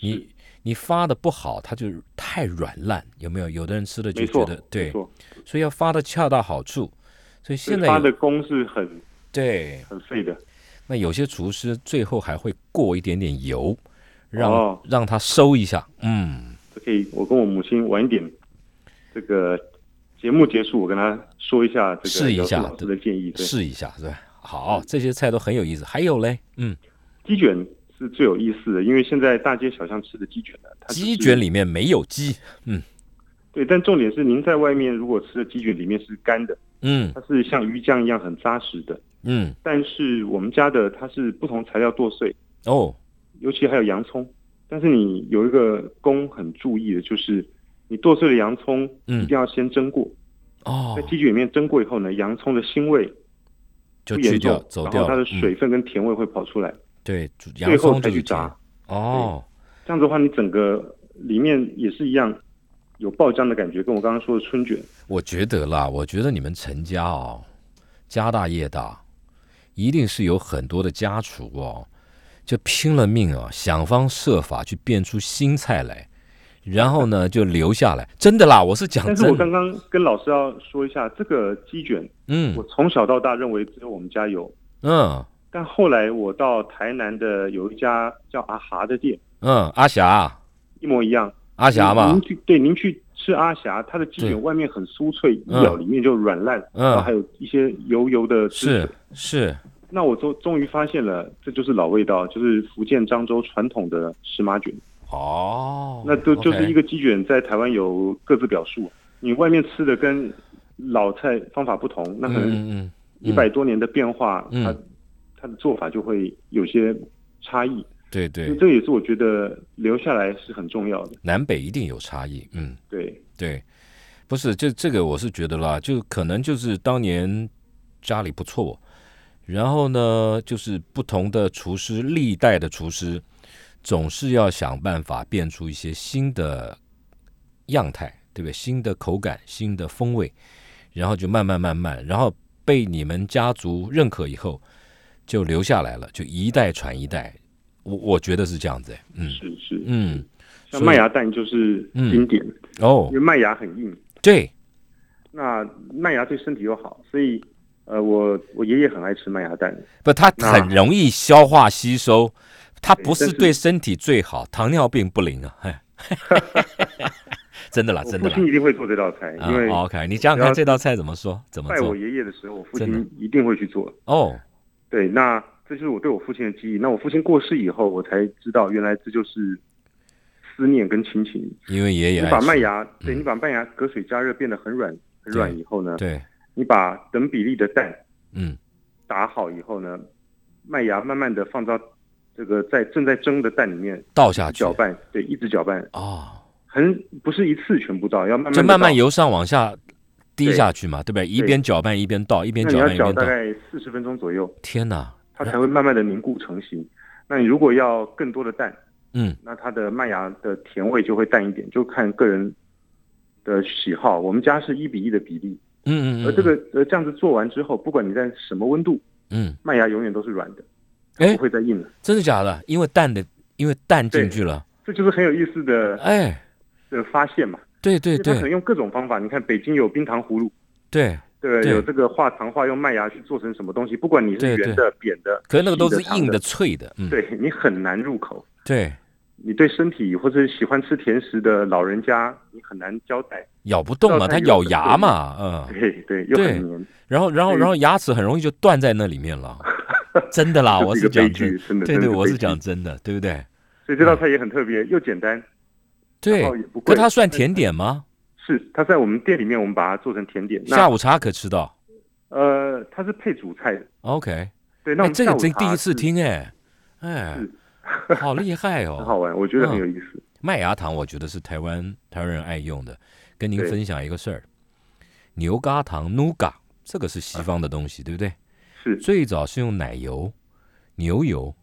[SPEAKER 2] 你。你发的不好，它就太软烂，有没有？有的人吃了就
[SPEAKER 3] 没
[SPEAKER 2] 觉
[SPEAKER 3] 错
[SPEAKER 2] 得，
[SPEAKER 3] 没
[SPEAKER 2] 对，
[SPEAKER 3] 错，
[SPEAKER 2] 所以要发的恰到好处。所以现在
[SPEAKER 3] 发的
[SPEAKER 2] 有
[SPEAKER 3] 工是很
[SPEAKER 2] 对，
[SPEAKER 3] 很费的，
[SPEAKER 2] 那有些厨师最后还会过一点点油，让、
[SPEAKER 3] 哦
[SPEAKER 2] 让它收一下。嗯，
[SPEAKER 3] 这可以，我跟我母亲晚一点，这个节目结束，我跟她说一下这个
[SPEAKER 2] 试一
[SPEAKER 3] 姚
[SPEAKER 2] 下
[SPEAKER 3] 老师的建议。对，
[SPEAKER 2] 试一下，对吧？好，这些菜都很有意思。还有嘞，嗯，
[SPEAKER 3] 鸡卷是最有意思的，因为现在大街小巷吃的鸡卷呢，啊它就是
[SPEAKER 2] 鸡卷里面没有鸡，
[SPEAKER 3] 对，但重点是您在外面如果吃的鸡卷里面是干的，
[SPEAKER 2] 嗯
[SPEAKER 3] 它是像鱼酱一样很扎实的，
[SPEAKER 2] 嗯，
[SPEAKER 3] 但是我们家的它是不同材料剁碎，
[SPEAKER 2] 哦，
[SPEAKER 3] 尤其还有洋葱。但是你有一个功很注意的，就是你剁碎的洋葱
[SPEAKER 2] 嗯
[SPEAKER 3] 一定要先蒸过，
[SPEAKER 2] 哦
[SPEAKER 3] 在，鸡卷里面蒸过以后呢，洋葱的腥味
[SPEAKER 2] 就
[SPEAKER 3] 不
[SPEAKER 2] 去
[SPEAKER 3] 严
[SPEAKER 2] 掉
[SPEAKER 3] 重，
[SPEAKER 2] 走
[SPEAKER 3] 然
[SPEAKER 2] 掉
[SPEAKER 3] 后
[SPEAKER 2] 了，
[SPEAKER 3] 它
[SPEAKER 2] 嗯
[SPEAKER 3] 的水分跟甜味会跑出来，
[SPEAKER 2] 对，煮洋
[SPEAKER 3] 最后
[SPEAKER 2] 葱
[SPEAKER 3] 才
[SPEAKER 2] 就
[SPEAKER 3] 去
[SPEAKER 2] 是
[SPEAKER 3] 炸
[SPEAKER 2] 炸。。哦，
[SPEAKER 3] 这样子的话，你整个里面也是一样有爆浆的感觉，跟我刚刚说的春卷。
[SPEAKER 2] 我觉得啦，我觉得你们陈家哦，家大业大，一定是有很多的家厨哦，就拼了命啊，想方设法去变出新菜来，然后
[SPEAKER 3] *laughs*
[SPEAKER 2] 呢就留下来。真的啦，我是讲
[SPEAKER 3] 但是我
[SPEAKER 2] 真
[SPEAKER 3] 刚
[SPEAKER 2] 的，
[SPEAKER 3] 刚跟老师要说一下，这个鸡卷，我
[SPEAKER 2] 嗯
[SPEAKER 3] 从小到大认为只有我们家有，
[SPEAKER 2] 嗯
[SPEAKER 3] 但后来我到台南的有一家叫阿霞的店，
[SPEAKER 2] 嗯，阿霞，
[SPEAKER 3] 一模一样。
[SPEAKER 2] 阿霞嘛
[SPEAKER 3] 您，去对，您去吃阿霞，它的鸡
[SPEAKER 2] 对
[SPEAKER 3] 卷外面很酥脆，一
[SPEAKER 2] 嗯
[SPEAKER 3] 咬里面就软烂，
[SPEAKER 2] 嗯
[SPEAKER 3] 然后还有一些油油的汁水
[SPEAKER 2] 是是，
[SPEAKER 3] 那我终终于发现了，这就是老味道，就是福建漳州传统的石麻卷。
[SPEAKER 2] 哦，
[SPEAKER 3] 那就就是
[SPEAKER 2] OK
[SPEAKER 3] 一个鸡卷，在台湾有各自表述。你外面吃的跟老菜方法不同，那可能
[SPEAKER 2] 嗯嗯
[SPEAKER 3] 一百多年的变化，
[SPEAKER 2] 嗯
[SPEAKER 3] 它它的做法就会有些差异。
[SPEAKER 2] 嗯，对
[SPEAKER 3] 所
[SPEAKER 2] 对
[SPEAKER 3] 以，这也是我觉得留下来是很重要的。
[SPEAKER 2] 南北一定有差异，嗯。
[SPEAKER 3] 对，
[SPEAKER 2] 对，不是这这个我是觉得啦，就可能就是当年家里不错，然后呢，就是不同的厨师，历代的厨师总是要想办法变出一些新的样态，对不对？新的口感、新的风味，然后就慢慢慢慢，然后被你们家族认可以后，就留下来了，就一代传一代。我我觉得是这样子，哎嗯
[SPEAKER 3] 是是，
[SPEAKER 2] 嗯，所以
[SPEAKER 3] 像麦芽蛋就是
[SPEAKER 2] 嗯
[SPEAKER 3] 经典，
[SPEAKER 2] 哦
[SPEAKER 3] 因为，麦芽很硬，
[SPEAKER 2] 对，
[SPEAKER 3] 那麦芽对身体又好，所以呃，我我爷爷很爱吃麦芽蛋。
[SPEAKER 2] 不，它
[SPEAKER 3] 那
[SPEAKER 2] 很容易消化吸收，它不
[SPEAKER 3] 对
[SPEAKER 2] 是
[SPEAKER 3] 但是
[SPEAKER 2] 对身体最好，糖尿病不灵啊，嘿 *laughs* 真的啦，
[SPEAKER 3] 我
[SPEAKER 2] 真
[SPEAKER 3] 父
[SPEAKER 2] 的啦
[SPEAKER 3] 亲。一定会做这道菜，
[SPEAKER 2] 啊
[SPEAKER 3] 因为
[SPEAKER 2] ，OK，你想想
[SPEAKER 3] 只
[SPEAKER 2] 看
[SPEAKER 3] 要
[SPEAKER 2] 这道菜怎么说，怎么
[SPEAKER 3] 拜
[SPEAKER 2] 做
[SPEAKER 3] 我？爷爷的时候，我父
[SPEAKER 2] 真
[SPEAKER 3] 亲一定会去做。
[SPEAKER 2] 哦，
[SPEAKER 3] 对，那这就是我对我父亲的记忆。那我父亲过世以后，我才知道原来这就是思念跟亲情。
[SPEAKER 2] 因为爷爷
[SPEAKER 3] 你
[SPEAKER 2] 爱
[SPEAKER 3] 把
[SPEAKER 2] 吃
[SPEAKER 3] 麦芽，对
[SPEAKER 2] 嗯
[SPEAKER 3] 你把麦芽隔水加热变得很软很软以后呢，
[SPEAKER 2] 对，
[SPEAKER 3] 你把等比例的蛋
[SPEAKER 2] 嗯
[SPEAKER 3] 打好以后呢，麦芽慢慢的放到这个在正在蒸的蛋里面
[SPEAKER 2] 倒下去
[SPEAKER 3] 搅拌，对，一直搅拌，
[SPEAKER 2] 哦，
[SPEAKER 3] 很不是一次全部倒，要慢慢
[SPEAKER 2] 就
[SPEAKER 3] 地
[SPEAKER 2] 慢慢
[SPEAKER 3] 倒。
[SPEAKER 2] 由上往下滴
[SPEAKER 3] 对
[SPEAKER 2] 下去嘛，对不对？一
[SPEAKER 3] 对
[SPEAKER 2] 边搅拌一边倒，一边
[SPEAKER 3] 那
[SPEAKER 2] 搅拌
[SPEAKER 3] 你要
[SPEAKER 2] 一
[SPEAKER 3] 搅
[SPEAKER 2] 边
[SPEAKER 3] 大
[SPEAKER 2] 倒。
[SPEAKER 3] 概四十分钟左右，
[SPEAKER 2] 天哪，
[SPEAKER 3] 它才会慢慢的凝固成型。那你如果要更多的蛋，
[SPEAKER 2] 嗯，
[SPEAKER 3] 那它的麦芽的甜味就会淡一点，就看个人的喜好。我们家是一比一的比例，
[SPEAKER 2] 嗯嗯嗯，
[SPEAKER 3] 而这个呃这样子做完之后，不管你在什么温度，
[SPEAKER 2] 嗯，
[SPEAKER 3] 麦芽永远都是软的，
[SPEAKER 2] 哎
[SPEAKER 3] 它不会再硬了。
[SPEAKER 2] 真的假的？因为蛋的，因为蛋进
[SPEAKER 3] 对
[SPEAKER 2] 去了，
[SPEAKER 3] 这就是很有意思的
[SPEAKER 2] 哎，
[SPEAKER 3] 的发现嘛。
[SPEAKER 2] 对对
[SPEAKER 3] 因为它可能
[SPEAKER 2] 对
[SPEAKER 3] 用各种方法，你看北京有冰糖葫芦，
[SPEAKER 2] 对，
[SPEAKER 3] 对不
[SPEAKER 2] 对
[SPEAKER 3] 对，有这个化糖化用麦芽去做成什么东西，不管你
[SPEAKER 2] 对
[SPEAKER 3] 是
[SPEAKER 2] 对
[SPEAKER 3] 圆的、扁的，
[SPEAKER 2] 可是那个都是
[SPEAKER 3] 细的
[SPEAKER 2] 硬
[SPEAKER 3] 长
[SPEAKER 2] 的、
[SPEAKER 3] 的
[SPEAKER 2] 脆的，嗯，
[SPEAKER 3] 对你很难入口。
[SPEAKER 2] 对，
[SPEAKER 3] 你对身体或者喜欢吃甜食的老人家，你很难交代。 *laughs*
[SPEAKER 2] 咬不动嘛，啊
[SPEAKER 3] 到
[SPEAKER 2] 它
[SPEAKER 3] 它
[SPEAKER 2] 咬
[SPEAKER 3] 有
[SPEAKER 2] 牙嘛，嗯，
[SPEAKER 3] 对对，又
[SPEAKER 2] 对
[SPEAKER 3] 很黏，
[SPEAKER 2] 然后然后
[SPEAKER 3] 对
[SPEAKER 2] 然后牙齿很容易就断在那里面
[SPEAKER 3] *laughs*
[SPEAKER 2] 了，真的啦，啊我
[SPEAKER 3] 这是
[SPEAKER 2] 是
[SPEAKER 3] 一个悲
[SPEAKER 2] 讲真
[SPEAKER 3] 剧，，真的。
[SPEAKER 2] 对
[SPEAKER 3] 真
[SPEAKER 2] 对，
[SPEAKER 3] 的
[SPEAKER 2] 我
[SPEAKER 3] 悲
[SPEAKER 2] 是
[SPEAKER 3] 剧
[SPEAKER 2] 讲嗯真的，对不对？
[SPEAKER 3] 所以这道菜也很特别，又简单，
[SPEAKER 2] 对
[SPEAKER 3] 然后也，不
[SPEAKER 2] 可
[SPEAKER 3] 贵
[SPEAKER 2] 它算甜点吗？
[SPEAKER 3] 是它在我们店里面，我们把它做成甜点。那
[SPEAKER 2] 下午茶可吃到
[SPEAKER 3] 呃，它是配主菜的。
[SPEAKER 2] ，OK，
[SPEAKER 3] 对，那我
[SPEAKER 2] 哎，
[SPEAKER 3] 们
[SPEAKER 2] 这个
[SPEAKER 3] 下午
[SPEAKER 2] 真
[SPEAKER 3] 茶
[SPEAKER 2] 第一次
[SPEAKER 3] 是，
[SPEAKER 2] 听哎，哎，好厉害
[SPEAKER 3] *laughs* 很
[SPEAKER 2] 哦！
[SPEAKER 3] 好玩，我觉得
[SPEAKER 2] 嗯
[SPEAKER 3] 很有意思。
[SPEAKER 2] 麦芽糖我觉得是台湾台湾人爱用的，跟您
[SPEAKER 3] 对
[SPEAKER 2] 分享一个事儿，牛轧糖 （nougat） 这个是西方的东西，对不对？
[SPEAKER 3] 是
[SPEAKER 2] 最早是用奶油、牛油，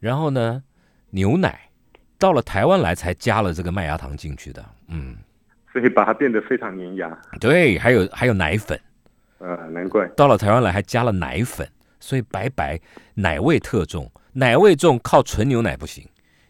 [SPEAKER 2] 然后呢牛奶，到了台湾来才加了这个麦芽糖进去的。嗯，
[SPEAKER 3] 所以把它变得非常粘牙，
[SPEAKER 2] 对，还有还有奶粉，
[SPEAKER 3] 呃，难怪。
[SPEAKER 2] 到了台湾来还加了奶粉，所以白白奶味特重，奶味重靠纯牛奶不行。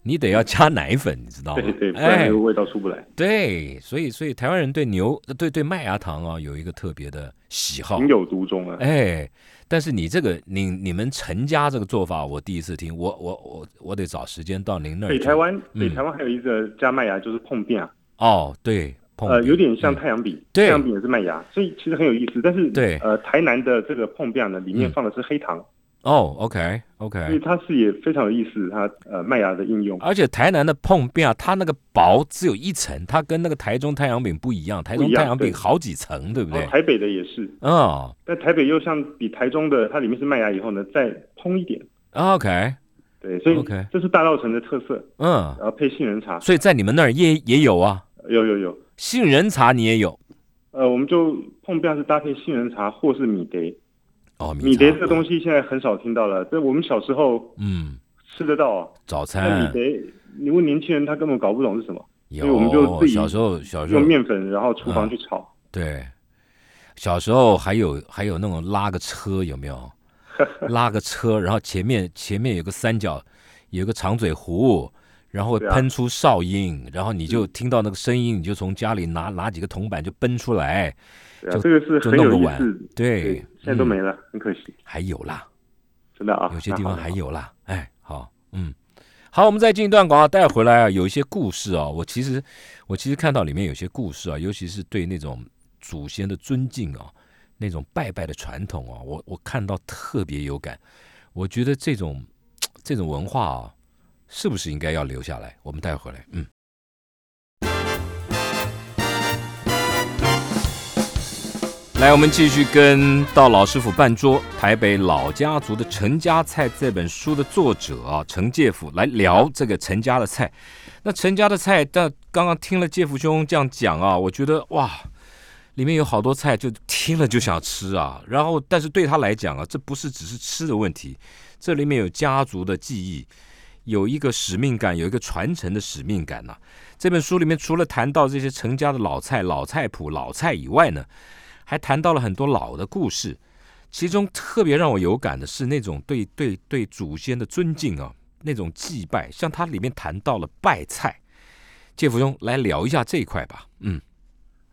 [SPEAKER 2] 你得要加奶粉，你知道吗？
[SPEAKER 3] 对对，不然
[SPEAKER 2] 哎
[SPEAKER 3] 那个，味道出不来。
[SPEAKER 2] 对，所以所以台湾人对牛，对对麦芽糖啊，有一个特别的喜好。
[SPEAKER 3] 情有独钟 *laughs* 啊，
[SPEAKER 2] 哎，但是你这个你你们陈家这个做法，我第一次听，我我我我得找时间到您那儿去。
[SPEAKER 3] 北台湾，北
[SPEAKER 2] 嗯
[SPEAKER 3] 台湾还有一个加麦芽就是碰饼啊，
[SPEAKER 2] 哦，对，碰
[SPEAKER 3] 呃，
[SPEAKER 2] 壁
[SPEAKER 3] 有点像
[SPEAKER 2] 嗯
[SPEAKER 3] 太阳饼，
[SPEAKER 2] 对
[SPEAKER 3] 太阳饼也是麦芽，所以其实很有意思。但是
[SPEAKER 2] 对
[SPEAKER 3] 呃，台南的这个碰饼呢，里面
[SPEAKER 2] 嗯
[SPEAKER 3] 放的是黑糖，
[SPEAKER 2] 哦，OK
[SPEAKER 3] 所以
[SPEAKER 2] OK，
[SPEAKER 3] 它是也非常有意思，它呃麦芽的应用。
[SPEAKER 2] 而且台南的碰饼啊，它那个薄只有一层，它跟那个台中太阳饼不一样，台中
[SPEAKER 3] 不一样
[SPEAKER 2] 太阳饼
[SPEAKER 3] 对
[SPEAKER 2] 好几层，对不对？
[SPEAKER 3] 哦台北的也是，
[SPEAKER 2] 嗯
[SPEAKER 3] 但台北又像比台中的，它里面是麦芽以后呢，再烹一点，
[SPEAKER 2] ，OK，
[SPEAKER 3] 对，所以
[SPEAKER 2] OK
[SPEAKER 3] 这是大稻城的特色，
[SPEAKER 2] 嗯，
[SPEAKER 3] 然后配杏仁茶，
[SPEAKER 2] 所以在你们那儿也也有啊，
[SPEAKER 3] 有有有，
[SPEAKER 2] 杏仁茶你也有
[SPEAKER 3] 呃，我们就碰壁是搭配杏仁茶或是米蝶，
[SPEAKER 2] 哦，
[SPEAKER 3] 米
[SPEAKER 2] 茶
[SPEAKER 3] 蝶这个东西现在很少听到了，这我们小时候
[SPEAKER 2] 嗯，
[SPEAKER 3] 吃得到啊，
[SPEAKER 2] 早
[SPEAKER 3] 但米
[SPEAKER 2] 餐
[SPEAKER 3] 蝶你问年轻人他根本搞不懂是什么，
[SPEAKER 2] 有，
[SPEAKER 3] 所以我们就自己
[SPEAKER 2] 小时候小时候
[SPEAKER 3] 用面粉然后厨
[SPEAKER 2] 啊
[SPEAKER 3] 房去炒，
[SPEAKER 2] 对，小时候还有还有那种拉个车有没有？拉个车，然后前面前面有个三角，有个长嘴壶，然后会
[SPEAKER 3] 对啊嗯
[SPEAKER 2] 喷出哨音，然后你就听到那个声音，你就从家里拿拿几个铜板就奔出来。
[SPEAKER 3] 对啊
[SPEAKER 2] 就，
[SPEAKER 3] 这个是
[SPEAKER 2] 就
[SPEAKER 3] 很
[SPEAKER 2] 弄
[SPEAKER 3] 有
[SPEAKER 2] 个
[SPEAKER 3] 意
[SPEAKER 2] 碗
[SPEAKER 3] 思，
[SPEAKER 2] 对
[SPEAKER 3] 对，，现在都
[SPEAKER 2] 嗯
[SPEAKER 3] 没了，很可惜，
[SPEAKER 2] 还有啦，
[SPEAKER 3] 真的啊，
[SPEAKER 2] 有些地
[SPEAKER 3] 那好
[SPEAKER 2] 方
[SPEAKER 3] 的
[SPEAKER 2] 还有啦。哎，好，嗯，好，我们再进一段广告，带回来啊，有一些故事啊，我其实我其实看到里面有些故事啊，尤其是对那种祖先的尊敬啊，那种拜拜的传统啊，我我看到特别有感。我觉得这种这种文化啊，是不是应该要留下来？我们带回来，嗯。来，我们继续跟到老师傅办桌，台北老家族的陈家菜这本书的作者啊，陈介甫来聊这个陈家的菜。那陈家的菜，但刚刚听了介甫兄这样讲啊，我觉得哇，里面有好多菜，就听了就想吃啊。然后，但是对他来讲啊，这不是只是吃的问题，这里面有家族的记忆，有一个使命感，有一个传承的使命感呐、这本书里面除了谈到这些陈家的老菜、老菜谱、老菜以外呢，还谈到了很多老的故事。其中特别让我有感的是那种对对对祖先的尊敬啊，那种祭拜，像它里面谈到了拜菜。介福兄来聊一下这一块吧。嗯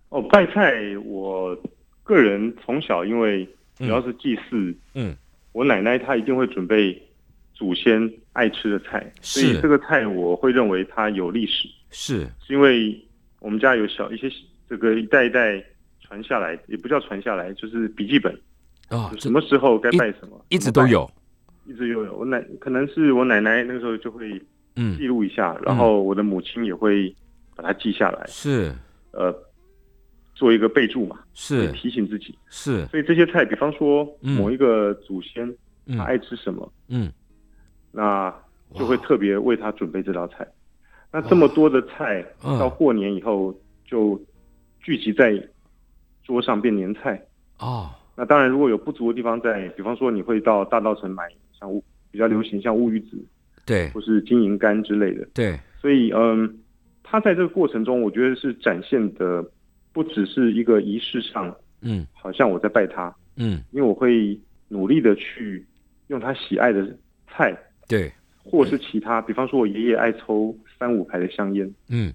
[SPEAKER 3] 哦，拜菜，我个人从小因为只要是祭祀，
[SPEAKER 2] 嗯，
[SPEAKER 3] 我奶奶她一定会准备祖先爱吃的菜，
[SPEAKER 2] 是
[SPEAKER 3] 所以这个菜我会认为它有历史，
[SPEAKER 2] 是
[SPEAKER 3] 是因为我们家有小一些这个一代一代传下来，也不叫传下来，就是笔记本，
[SPEAKER 2] 啊，
[SPEAKER 3] 什么时候该拜什么，
[SPEAKER 2] 一直都有。
[SPEAKER 3] 一直都有。我奶可能是我奶奶那个时候就会
[SPEAKER 2] 嗯，
[SPEAKER 3] 记录一下，然后我的母亲也会把它记下来，
[SPEAKER 2] 是
[SPEAKER 3] 呃，做一个备注嘛，
[SPEAKER 2] 是
[SPEAKER 3] 提醒自己。
[SPEAKER 2] 是，
[SPEAKER 3] 所以这些菜，比方说
[SPEAKER 2] 嗯
[SPEAKER 3] 某一个祖先他
[SPEAKER 2] 嗯
[SPEAKER 3] 爱吃什么，
[SPEAKER 2] 嗯
[SPEAKER 3] 那就会特别为他准备这道菜。那这么多的菜，
[SPEAKER 2] 嗯
[SPEAKER 3] 到过年以后就聚集在桌上变年菜。
[SPEAKER 2] 哦，
[SPEAKER 3] 那当然，如果有不足的地方在，比方说你会到大稻城买像乌比较流行像乌鱼子
[SPEAKER 2] 对
[SPEAKER 3] 或是金银柑之类的。
[SPEAKER 2] 对，
[SPEAKER 3] 所以，嗯，它在这个过程中，我觉得是展现的不只是一个仪式上，
[SPEAKER 2] 嗯
[SPEAKER 3] 好像我在拜他，
[SPEAKER 2] 嗯
[SPEAKER 3] 因为我会努力的去用他喜爱的菜，
[SPEAKER 2] 对，
[SPEAKER 3] 或是其他，比方说我爷爷爱抽三五牌的香烟，
[SPEAKER 2] 嗯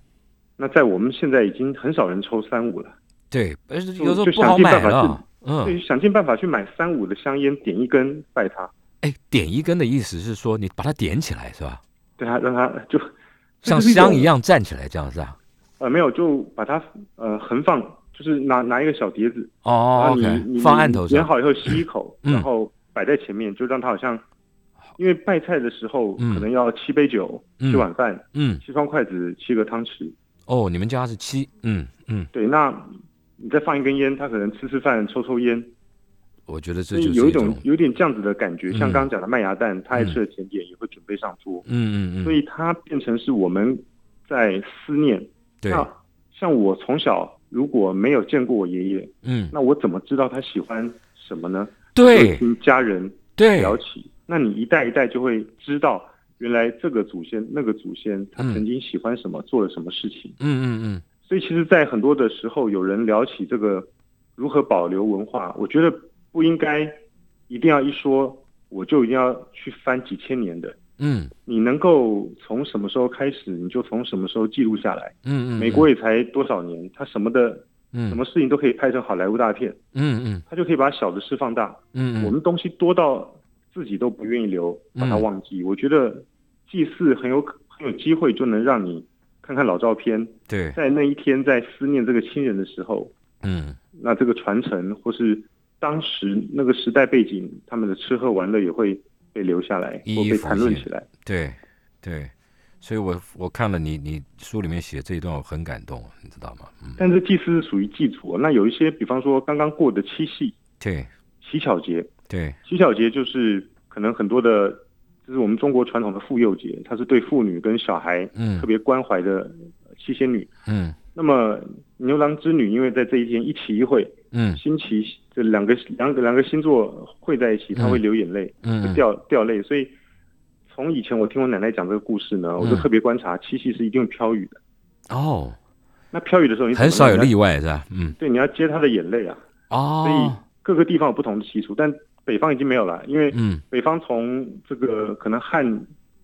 [SPEAKER 3] 那在我们现在已经很少人抽三五了，
[SPEAKER 2] 对，而且有时
[SPEAKER 3] 就
[SPEAKER 2] 候
[SPEAKER 3] 就
[SPEAKER 2] 不
[SPEAKER 3] 想
[SPEAKER 2] 好
[SPEAKER 3] 尽
[SPEAKER 2] 买
[SPEAKER 3] 办法
[SPEAKER 2] 了
[SPEAKER 3] 去。所以
[SPEAKER 2] 嗯，
[SPEAKER 3] 想尽办法去买三五的香烟，点一根拜他，
[SPEAKER 2] 哎，点一根的意思是说你把它点起来是吧？
[SPEAKER 3] 对他让他就
[SPEAKER 2] 像
[SPEAKER 3] 这是一种
[SPEAKER 2] 香一样站起来这样是吧？
[SPEAKER 3] *laughs* 呃没有就把它呃横放，就是拿拿一个小碟子，然
[SPEAKER 2] 哦
[SPEAKER 3] 后啊你
[SPEAKER 2] ，OK，
[SPEAKER 3] 你
[SPEAKER 2] 放案头
[SPEAKER 3] 点
[SPEAKER 2] 上。
[SPEAKER 3] 好以后吸一口，
[SPEAKER 2] 嗯
[SPEAKER 3] 然后摆在前面，就让他好像。因为拜菜的时候，
[SPEAKER 2] 嗯
[SPEAKER 3] 可能要七杯酒、
[SPEAKER 2] 嗯
[SPEAKER 3] 七碗饭、
[SPEAKER 2] 嗯，
[SPEAKER 3] 七双筷子、七个汤匙，
[SPEAKER 2] 哦，你们家是七，嗯嗯，
[SPEAKER 3] 对，那你再放一根烟，他可能吃吃饭、抽抽烟，
[SPEAKER 2] 我觉得
[SPEAKER 3] 所
[SPEAKER 2] 这就
[SPEAKER 3] 以
[SPEAKER 2] 是
[SPEAKER 3] 有
[SPEAKER 2] 一
[SPEAKER 3] 一种
[SPEAKER 2] 种，
[SPEAKER 3] 有点这样子的感觉。
[SPEAKER 2] 嗯
[SPEAKER 3] 像刚刚讲的麦芽蛋，他爱吃的甜点也会准备上桌，
[SPEAKER 2] 嗯嗯
[SPEAKER 3] 所
[SPEAKER 2] 嗯，
[SPEAKER 3] 以它变成是我们在思念。
[SPEAKER 2] 对，
[SPEAKER 3] 那像我从小如果没有见过我爷爷，
[SPEAKER 2] 嗯
[SPEAKER 3] 那我怎么知道他喜欢什么呢？就
[SPEAKER 2] 对
[SPEAKER 3] 听家人
[SPEAKER 2] 对
[SPEAKER 3] 聊起，那你一代一代就会知道，原来这个祖先、那个祖先他
[SPEAKER 2] 嗯
[SPEAKER 3] 曾经喜欢什么，做了什么事情。
[SPEAKER 2] 嗯嗯
[SPEAKER 3] 所以其实，在很多的时候，有人聊起这个如何保留文化，我觉得不应该一定要一说我就一定要去翻几千年的。
[SPEAKER 2] 嗯嗯
[SPEAKER 3] 你能够从什么时候开始，你就从什么时候记录下来。
[SPEAKER 2] 嗯嗯，
[SPEAKER 3] 美国也才多少年，他什么的
[SPEAKER 2] 嗯
[SPEAKER 3] 什么事情都可以拍成好莱坞大片，
[SPEAKER 2] 嗯嗯
[SPEAKER 3] 他就可以把小的事放大。
[SPEAKER 2] 嗯，
[SPEAKER 3] 我们东西多到自己都不愿意留，把它
[SPEAKER 2] 嗯
[SPEAKER 3] 忘记。我觉得祭祀很有可很有机会就能让你看看老照片，
[SPEAKER 2] 对，
[SPEAKER 3] 在那一天在思念这个亲人的时候，
[SPEAKER 2] 嗯
[SPEAKER 3] 那这个传承或是当时那个时代背景，他们的吃喝玩乐也会被留下来，
[SPEAKER 2] 一
[SPEAKER 3] 或
[SPEAKER 2] 一
[SPEAKER 3] 被
[SPEAKER 2] 浮
[SPEAKER 3] 谈论
[SPEAKER 2] 现
[SPEAKER 3] 起来。
[SPEAKER 2] 对对，所以我我看了你你书里面写这一段，我很感动，你知道吗？嗯，
[SPEAKER 3] 但这祭祀是属于祭祖哦，那有一些，比方说刚刚过的七夕、
[SPEAKER 2] 对
[SPEAKER 3] 乞巧节，
[SPEAKER 2] 对
[SPEAKER 3] 乞巧节就是可能很多的，就是我们中国传统的妇幼节，它是对妇女跟小孩
[SPEAKER 2] 嗯
[SPEAKER 3] 特别关怀的呃七仙女。
[SPEAKER 2] 嗯
[SPEAKER 3] 那么牛郎织女因为在这一天一起一会，
[SPEAKER 2] 嗯
[SPEAKER 3] 星期这两个两个两个星座会在一起，她会流眼泪，会
[SPEAKER 2] 嗯
[SPEAKER 3] 掉掉泪。所以从以前我听我奶奶讲这个故事呢，我就
[SPEAKER 2] 嗯
[SPEAKER 3] 特别观察七夕是一定飘雨的。
[SPEAKER 2] 哦，
[SPEAKER 3] 那飘雨的时候你怎么
[SPEAKER 2] 很少有
[SPEAKER 3] 办
[SPEAKER 2] 例外是吧？嗯
[SPEAKER 3] 对，你要接她的眼泪啊。所以
[SPEAKER 2] 哦，
[SPEAKER 3] 各个地方有不同的习俗，但北方已经没有了，因为
[SPEAKER 2] 嗯
[SPEAKER 3] 北方从这个可能汉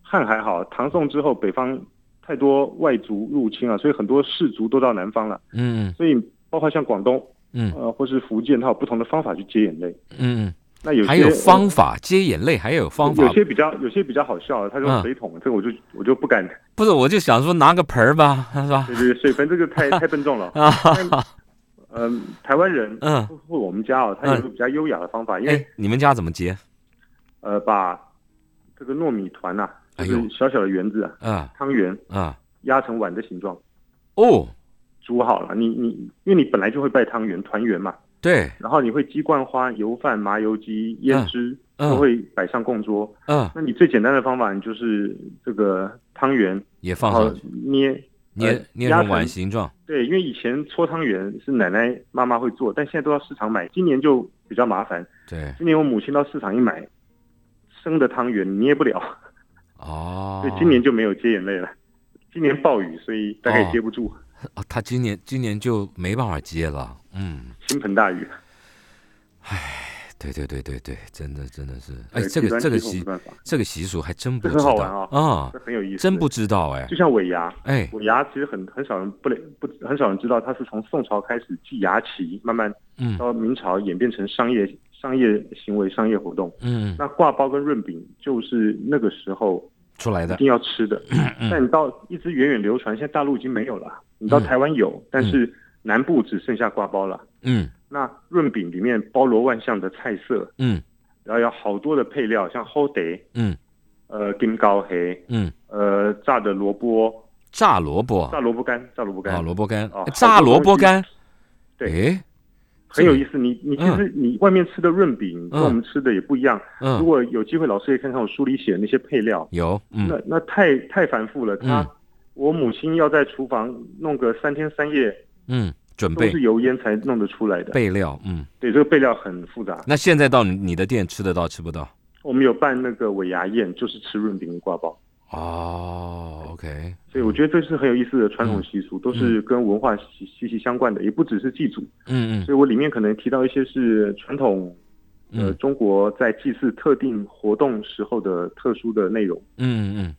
[SPEAKER 3] 汉还好，唐宋之后北方太多外族入侵啊，所以很多氏族都到南方了，
[SPEAKER 2] 嗯
[SPEAKER 3] 所以包括像广东
[SPEAKER 2] 嗯
[SPEAKER 3] 呃或是福建，它有不同的方法去接眼泪。
[SPEAKER 2] 嗯
[SPEAKER 3] 那有
[SPEAKER 2] 嗯，
[SPEAKER 3] 些呃
[SPEAKER 2] 还有方法接眼泪，还有方法
[SPEAKER 3] 有，些比较有些比较好笑啊，他
[SPEAKER 2] 嗯
[SPEAKER 3] 用水桶，这个我就我就不敢， *laughs*
[SPEAKER 2] 不是我就想说拿个盆儿吧，是吧？
[SPEAKER 3] 对对对，水盆这个
[SPEAKER 2] *laughs*
[SPEAKER 3] 太太笨重了。
[SPEAKER 2] 啊哈
[SPEAKER 3] 但嗯、台湾人
[SPEAKER 2] 嗯，
[SPEAKER 3] 包括我们家哦，他有一个比较优雅的方法，因为
[SPEAKER 2] 哎，你们家怎么接？
[SPEAKER 3] 呃，把这个糯米团呐、啊就
[SPEAKER 2] 哎呦
[SPEAKER 3] 是小小的圆子、啊，
[SPEAKER 2] 啊
[SPEAKER 3] 汤圆
[SPEAKER 2] 啊
[SPEAKER 3] 压成碗的形状，
[SPEAKER 2] 哦，
[SPEAKER 3] 煮好了。你你，因为你本来就会拜汤圆、团圆嘛，
[SPEAKER 2] 对，
[SPEAKER 3] 然后你会鸡冠花、油饭、麻油鸡、胭脂，
[SPEAKER 2] 嗯
[SPEAKER 3] 都会摆上供桌。
[SPEAKER 2] 嗯，
[SPEAKER 3] 那你最简单的方法，你就是这个汤圆，
[SPEAKER 2] 也
[SPEAKER 3] 然
[SPEAKER 2] 放
[SPEAKER 3] 后
[SPEAKER 2] 上去，
[SPEAKER 3] 捏
[SPEAKER 2] 捏
[SPEAKER 3] 呃
[SPEAKER 2] 捏
[SPEAKER 3] 哦压
[SPEAKER 2] 成
[SPEAKER 3] 成
[SPEAKER 2] 碗形状，
[SPEAKER 3] 对，因为以前搓汤圆是奶奶妈妈会做，但现在都到市场买，今年就比较麻烦。
[SPEAKER 2] 对，
[SPEAKER 3] 今年我母亲到市场一买，生的汤圆捏不了。
[SPEAKER 2] 哦，
[SPEAKER 3] 对，今年就没有接眼泪了。今年暴雨，所以大概也接不住，
[SPEAKER 2] 啊，他今年今年就没办法接了，嗯，
[SPEAKER 3] 倾盆大雨。 *laughs*
[SPEAKER 2] 对对对对对，真的真的是，哎，
[SPEAKER 3] 对
[SPEAKER 2] 这
[SPEAKER 3] 极
[SPEAKER 2] 个
[SPEAKER 3] 端
[SPEAKER 2] 这个
[SPEAKER 3] 气候没
[SPEAKER 2] 习
[SPEAKER 3] 办法，
[SPEAKER 2] 这个习俗还真不
[SPEAKER 3] 这
[SPEAKER 2] 知
[SPEAKER 3] 很好
[SPEAKER 2] 道
[SPEAKER 3] 玩
[SPEAKER 2] 啊、
[SPEAKER 3] 这很有意思。
[SPEAKER 2] 真不知道哎
[SPEAKER 3] 就像尾牙，
[SPEAKER 2] 哎
[SPEAKER 3] 尾牙其实很很少人不了不很少人知道，它是从宋朝开始祭牙旗，慢慢
[SPEAKER 2] 嗯
[SPEAKER 3] 到明朝演变成商业商业行为、商业活动。
[SPEAKER 2] 嗯
[SPEAKER 3] 那挂包跟润饼就是那个时候
[SPEAKER 2] 出来
[SPEAKER 3] 一
[SPEAKER 2] 的
[SPEAKER 3] 定要吃的，
[SPEAKER 2] 嗯
[SPEAKER 3] 但你到一直远远流传，现在大陆已经没有了。你到
[SPEAKER 2] 嗯
[SPEAKER 3] 台湾有，但是南部只剩下挂包了。
[SPEAKER 2] 嗯
[SPEAKER 3] 那润饼里面包罗万象的菜色，
[SPEAKER 2] 嗯
[SPEAKER 3] 然后有好多的配料，像厚得，
[SPEAKER 2] 嗯
[SPEAKER 3] 呃，金高黑，
[SPEAKER 2] 嗯
[SPEAKER 3] 呃，炸的萝卜，
[SPEAKER 2] 炸萝卜
[SPEAKER 3] 炸萝卜干，炸萝卜干，
[SPEAKER 2] 啊萝卜干、
[SPEAKER 3] 哦
[SPEAKER 2] 哎
[SPEAKER 3] 好
[SPEAKER 2] 炸
[SPEAKER 3] 多
[SPEAKER 2] 萝卜
[SPEAKER 3] 东西
[SPEAKER 2] 干
[SPEAKER 3] 对
[SPEAKER 2] 哎
[SPEAKER 3] 很有意思。你你其实你外面吃的润饼跟
[SPEAKER 2] 嗯
[SPEAKER 3] 我们吃的也不一样。如
[SPEAKER 2] 嗯
[SPEAKER 3] 果有机会，老师也看看我书里写的那些配料，
[SPEAKER 2] 有嗯
[SPEAKER 3] 那那太太繁复了。他
[SPEAKER 2] 嗯
[SPEAKER 3] 我母亲要在厨房弄个三天三夜，
[SPEAKER 2] 嗯准
[SPEAKER 3] 都
[SPEAKER 2] 备
[SPEAKER 3] 是油烟才弄得出来的。
[SPEAKER 2] 备料嗯
[SPEAKER 3] 对，这个备料很复杂。
[SPEAKER 2] 那现在到你你的店吃得到吃不到
[SPEAKER 3] 我们有办那个尾牙宴，就是吃润饼挂包。
[SPEAKER 2] 哦 OK
[SPEAKER 3] 所以我觉得这是很有意思的
[SPEAKER 2] 嗯
[SPEAKER 3] 传统习俗，都是跟文化息息息相关的，也不只是祭祖。
[SPEAKER 2] 嗯嗯
[SPEAKER 3] 所以我里面可能提到一些是传统，呃，
[SPEAKER 2] 嗯
[SPEAKER 3] 中国在祭祀特定活动时候的特殊的内容。
[SPEAKER 2] 嗯嗯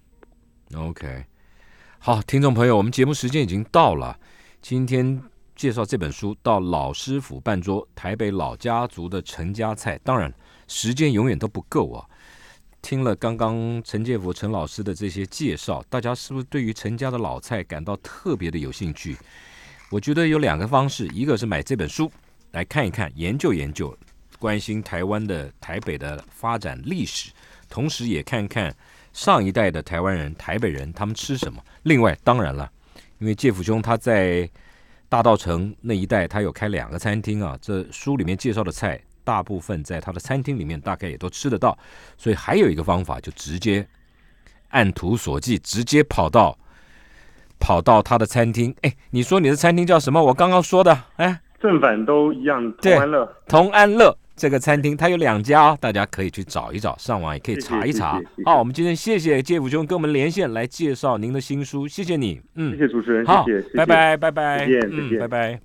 [SPEAKER 2] 嗯 OK 好听众朋友我们节目时间已经到了今天。介绍这本书到老师傅办桌，台北老家族的陈家菜。当然，时间永远都不够啊。听了刚刚陈介福陈老师的这些介绍，大家是不是对于陈家的老菜感到特别的有兴趣？我觉得有两个方式，一个是买这本书来看一看，研究研究，关心台湾的台北的发展历史，同时也看看上一代的台湾人、台北人他们吃什么。另外，当然了，因为介福兄他在大道城那一带，他有开两个餐厅啊。这书里面介绍的菜，大部分在他的餐厅里面大概也都吃得到。所以还有一个方法，就直接按图索骥，直接跑到跑到他的餐厅。哎，你说你的餐厅叫什么？我刚刚说的，哎，
[SPEAKER 3] 正反都一样，同
[SPEAKER 2] 对
[SPEAKER 3] 安乐。
[SPEAKER 2] 同安乐这个餐厅，它有两家哦，大家可以去找一找，上网也可以
[SPEAKER 3] 谢谢
[SPEAKER 2] 查一查
[SPEAKER 3] 谢谢谢。谢
[SPEAKER 2] 好，我们今天谢谢介福兄跟我们连线来介绍您的新书，谢谢你，嗯
[SPEAKER 3] 谢。谢主持人，谢
[SPEAKER 2] 好
[SPEAKER 3] 谢，谢谢，
[SPEAKER 2] 拜拜，拜拜，
[SPEAKER 3] 再见
[SPEAKER 2] 嗯，
[SPEAKER 3] 再见
[SPEAKER 2] 拜拜。